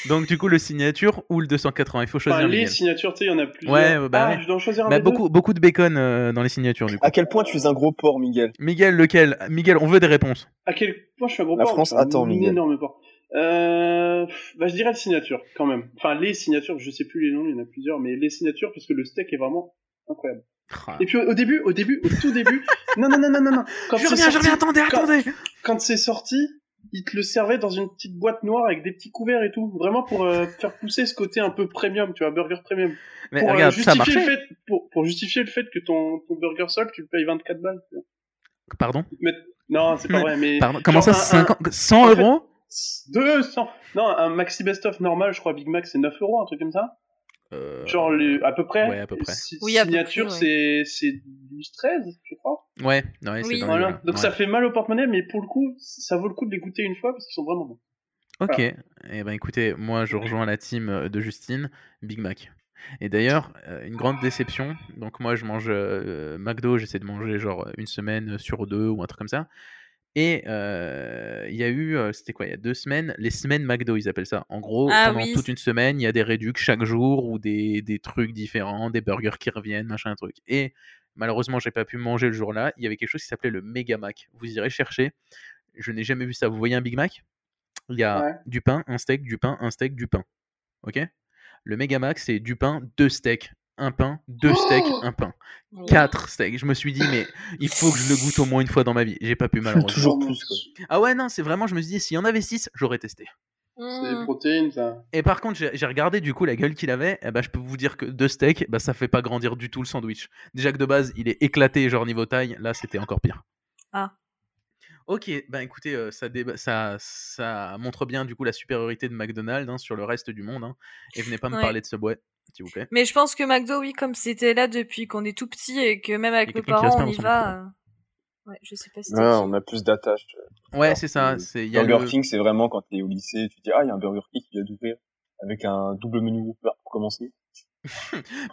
[SPEAKER 4] Donc, du coup, le signature ou le 280, il faut choisir
[SPEAKER 3] Enfin, les
[SPEAKER 4] Miguel.
[SPEAKER 3] signatures, tu sais, il y en a plusieurs.
[SPEAKER 4] Ouais, bah
[SPEAKER 3] ah,
[SPEAKER 4] oui.
[SPEAKER 3] je dois en choisir un
[SPEAKER 4] Bah,
[SPEAKER 3] des deux
[SPEAKER 4] beaucoup, beaucoup de bacon euh, dans les signatures, du coup.
[SPEAKER 6] à quel point tu es un gros porc, Miguel
[SPEAKER 4] Miguel, lequel Miguel, on veut des réponses.
[SPEAKER 3] À quel point je suis un gros
[SPEAKER 6] La
[SPEAKER 3] porc,
[SPEAKER 6] France
[SPEAKER 3] je suis
[SPEAKER 6] attend,
[SPEAKER 3] un
[SPEAKER 6] Miguel.
[SPEAKER 3] énorme porc. Euh, pff, bah, je dirais les signatures, quand même. Enfin, les signatures, je sais plus les noms, il y en a plusieurs, mais les signatures, parce que le steak est vraiment incroyable.
[SPEAKER 4] Ah.
[SPEAKER 3] Et puis au au début, au début, au tout début, non, non, non, non, non, non. Quand
[SPEAKER 4] Je
[SPEAKER 3] c'est
[SPEAKER 4] reviens, je
[SPEAKER 3] sorti-
[SPEAKER 4] reviens, attendez,
[SPEAKER 3] quand-
[SPEAKER 4] attendez
[SPEAKER 3] Quand c'est sorti, ils te le servaient dans une petite boîte noire avec des petits couverts et tout, vraiment pour euh, faire pousser ce côté un peu premium, tu vois, burger premium.
[SPEAKER 4] Mais
[SPEAKER 3] pour, euh,
[SPEAKER 4] regarde, ça a
[SPEAKER 3] justifier le
[SPEAKER 4] marché.
[SPEAKER 3] fait, pour, pour justifier le fait que ton, ton burger sol, tu le payes 24 balles. tu vois.
[SPEAKER 4] Pardon,
[SPEAKER 3] Non, c'est pas vrai, mais
[SPEAKER 4] pardon. Comment ça,
[SPEAKER 3] Genre un- un-
[SPEAKER 4] 50 100
[SPEAKER 3] en fait-
[SPEAKER 4] euros
[SPEAKER 3] 200 Non, un maxi best-of normal, je crois, Big Mac, c'est 9 euros, un truc comme ça.
[SPEAKER 4] Euh,
[SPEAKER 3] Genre, le- à peu près.
[SPEAKER 4] ouais, à peu près.
[SPEAKER 3] Si-
[SPEAKER 5] Oui, à peu
[SPEAKER 3] signature,
[SPEAKER 5] près,
[SPEAKER 3] c'est c'est 12, 13, je crois.
[SPEAKER 4] Euh, Ouais, ouais, c'est
[SPEAKER 5] Oui.
[SPEAKER 4] dans les-
[SPEAKER 3] Voilà. Donc
[SPEAKER 4] Ah ouais.
[SPEAKER 3] ça fait mal au porte-monnaie, mais pour le coup, ça vaut le coup de les goûter une fois parce qu'ils sont vraiment bons.
[SPEAKER 5] Ah.
[SPEAKER 4] Ok, eh ben écoutez, moi je rejoins la team euh, de Justine, Big Mac. Et d'ailleurs, euh, une grande déception, donc moi je mange euh, McDo, j'essaie de manger genre une semaine sur deux ou un truc comme ça. Et euh, il y a eu, euh, c'était quoi, il y a deux semaines, les semaines McDo, ils appellent ça. En gros,
[SPEAKER 5] Ah
[SPEAKER 4] pendant
[SPEAKER 5] oui.
[SPEAKER 4] toute une semaine, il y a des réducts chaque jour ou des, des trucs différents, des burgers qui reviennent, machin, un truc. Et malheureusement, j'ai pas pu manger le jour-là. Il y avait quelque chose qui s'appelait le Mega Mac. Vous irez chercher. Je n'ai jamais vu ça. Vous voyez un Big Mac Il y a
[SPEAKER 3] Ouais.
[SPEAKER 4] du pain, un steak, du pain, un steak, du pain. Ok Le Megamax, c'est du pain, deux steaks. Un pain, deux steaks, un pain. Quatre steaks. Je me suis dit, mais il faut que je le goûte au moins une fois dans ma vie. J'ai pas pu, malheureusement.
[SPEAKER 6] Toujours plus, quoi.
[SPEAKER 4] Ah ouais, non, c'est vraiment, je me suis dit, s'il y en avait six, j'aurais testé.
[SPEAKER 3] C'est
[SPEAKER 5] Mm. Hmm.
[SPEAKER 3] des protéines, ça.
[SPEAKER 4] Et par contre, j'ai j'ai regardé du coup la gueule qu'il avait. Et bah, je peux vous dire que deux steaks, bah, ça fait pas grandir du tout le sandwich. Déjà que de base, il est éclaté, genre niveau taille. Là, c'était encore pire.
[SPEAKER 5] Ah.
[SPEAKER 4] Ok, bah écoutez, euh, ça, déba- ça, ça montre bien du coup la supériorité de McDonald's hein, sur le reste du monde. hein. Et venez pas me
[SPEAKER 5] Ouais.
[SPEAKER 4] parler de Subway, s'il vous plaît.
[SPEAKER 5] Mais je pense que McDo, oui, comme c'était là depuis qu'on est tout petit et que même
[SPEAKER 4] Il y
[SPEAKER 5] avec
[SPEAKER 4] a
[SPEAKER 5] nos
[SPEAKER 4] quelqu'un qui
[SPEAKER 5] parents, on y
[SPEAKER 4] respire dans son
[SPEAKER 5] va. euh, Ouais, je sais pas si c'était
[SPEAKER 6] Ouais,
[SPEAKER 5] qui.
[SPEAKER 6] on a plus d'attache.
[SPEAKER 4] Ouais,
[SPEAKER 6] Alors
[SPEAKER 4] c'est ça.
[SPEAKER 6] que
[SPEAKER 4] c'est- il y a
[SPEAKER 6] Burger
[SPEAKER 4] le-
[SPEAKER 6] King, c'est vraiment quand t'es au lycée, tu te dis, ah, il y a un Burger King qui vient d'ouvrir avec un double menu pour commencer.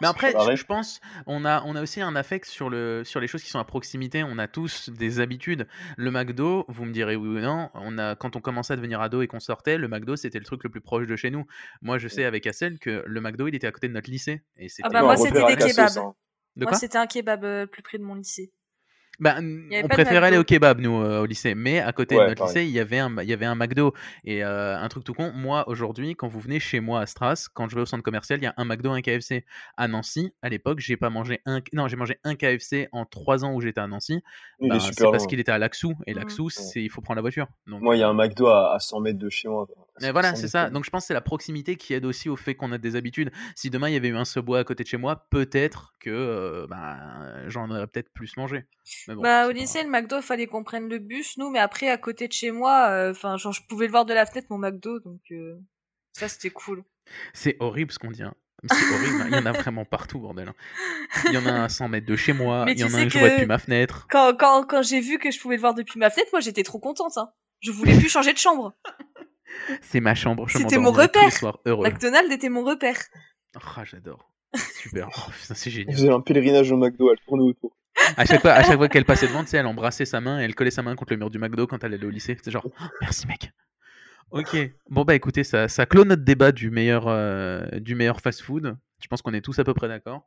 [SPEAKER 4] Mais après,
[SPEAKER 6] Ça va
[SPEAKER 4] je,
[SPEAKER 6] rester.
[SPEAKER 4] je pense, on a, on a aussi un affect sur, le, sur les choses qui sont à proximité. On a tous des habitudes. Le McDo, vous me direz oui ou non, on a, quand on commençait à devenir ado et qu'on sortait, le McDo, c'était le truc le plus proche de chez nous. Moi, je sais avec Hassel que le McDo, il était à côté de notre lycée. Et c'était
[SPEAKER 5] Ah bah,
[SPEAKER 6] Non,
[SPEAKER 5] moi,
[SPEAKER 6] on
[SPEAKER 5] c'était
[SPEAKER 6] repère
[SPEAKER 5] des
[SPEAKER 6] avec la
[SPEAKER 5] kebabs.
[SPEAKER 6] sauce, hein.
[SPEAKER 4] De
[SPEAKER 5] Moi,
[SPEAKER 4] quoi
[SPEAKER 5] c'était un kebab euh, plus près de mon lycée. y
[SPEAKER 4] Bah,
[SPEAKER 5] avait
[SPEAKER 4] on
[SPEAKER 5] pas de
[SPEAKER 4] préférait aller au
[SPEAKER 5] McDo.
[SPEAKER 4] kebab, nous, euh, au lycée. Mais à côté de
[SPEAKER 6] Ouais,
[SPEAKER 4] notre
[SPEAKER 6] pareil.
[SPEAKER 4] lycée, il y avait un, il y avait un McDo. Et euh, un truc tout con, moi, aujourd'hui, quand vous venez chez moi à Stras, quand je vais au centre commercial, il y a un McDo, un KFC. À Nancy, à l'époque, j'ai pas mangé un, non, j'ai mangé un KFC en trois ans où j'étais à Nancy.
[SPEAKER 6] Il
[SPEAKER 4] Bah,
[SPEAKER 6] est
[SPEAKER 4] c'est
[SPEAKER 6] super
[SPEAKER 4] parce
[SPEAKER 6] loin.
[SPEAKER 4] qu'il était à Laxou. Et
[SPEAKER 5] Mhm.
[SPEAKER 4] Laxou, c'est, il faut prendre la voiture. Donc,
[SPEAKER 6] Moi, il y a
[SPEAKER 4] euh,
[SPEAKER 6] un McDo à, à 100 mètres de chez moi. quoi.
[SPEAKER 4] mais voilà,
[SPEAKER 6] 100
[SPEAKER 4] c'est
[SPEAKER 6] mètres.
[SPEAKER 4] ça. Donc je pense que c'est la proximité qui aide aussi au fait qu'on a des habitudes. Si demain il y avait eu un Subway à côté de chez moi, peut-être que euh, bah, j'en aurais peut-être plus mangé. Mais bon,
[SPEAKER 5] bah, au
[SPEAKER 4] c'est pas grave.
[SPEAKER 5] lycée, le McDo, fallait qu'on prenne le bus, nous, mais après, à côté de chez moi, euh, enfin, genre, je pouvais le voir de la fenêtre, mon McDo, donc euh, ça, c'était cool.
[SPEAKER 4] C'est horrible ce qu'on dit. hein. C'est horrible. hein. Il y en a vraiment partout, bordel. hein. Il y en a un à 100 mètres de chez moi.
[SPEAKER 5] Mais
[SPEAKER 4] il y
[SPEAKER 5] tu
[SPEAKER 4] en a
[SPEAKER 5] sais
[SPEAKER 4] un que je vois
[SPEAKER 5] que-
[SPEAKER 4] depuis ma fenêtre.
[SPEAKER 5] Quand, quand, quand j'ai vu que je pouvais le voir depuis ma fenêtre, moi, j'étais trop contente, hein. Je voulais plus changer de chambre.
[SPEAKER 4] C'est ma chambre. Je
[SPEAKER 5] C'était mon
[SPEAKER 4] m'endormirai tous les
[SPEAKER 5] repère.
[SPEAKER 4] soirs heureux.
[SPEAKER 5] McDonald's était mon repère.
[SPEAKER 4] Ah, j'adore. Super. Oh, putain, c'est
[SPEAKER 6] On
[SPEAKER 4] génial.
[SPEAKER 6] faisait un pèlerinage au McDo, elle tournait autour.
[SPEAKER 4] À chaque fois, à chaque fois qu'elle passait devant, tu sais, elle embrassait sa main et elle collait sa main contre le mur du McDo quand elle allait au lycée. C'est genre, Oh, merci mec. Ok. Bon bah écoutez, ça, ça clôt notre débat du meilleur, euh, du meilleur fast-food. Je pense qu'on est tous à peu près d'accord.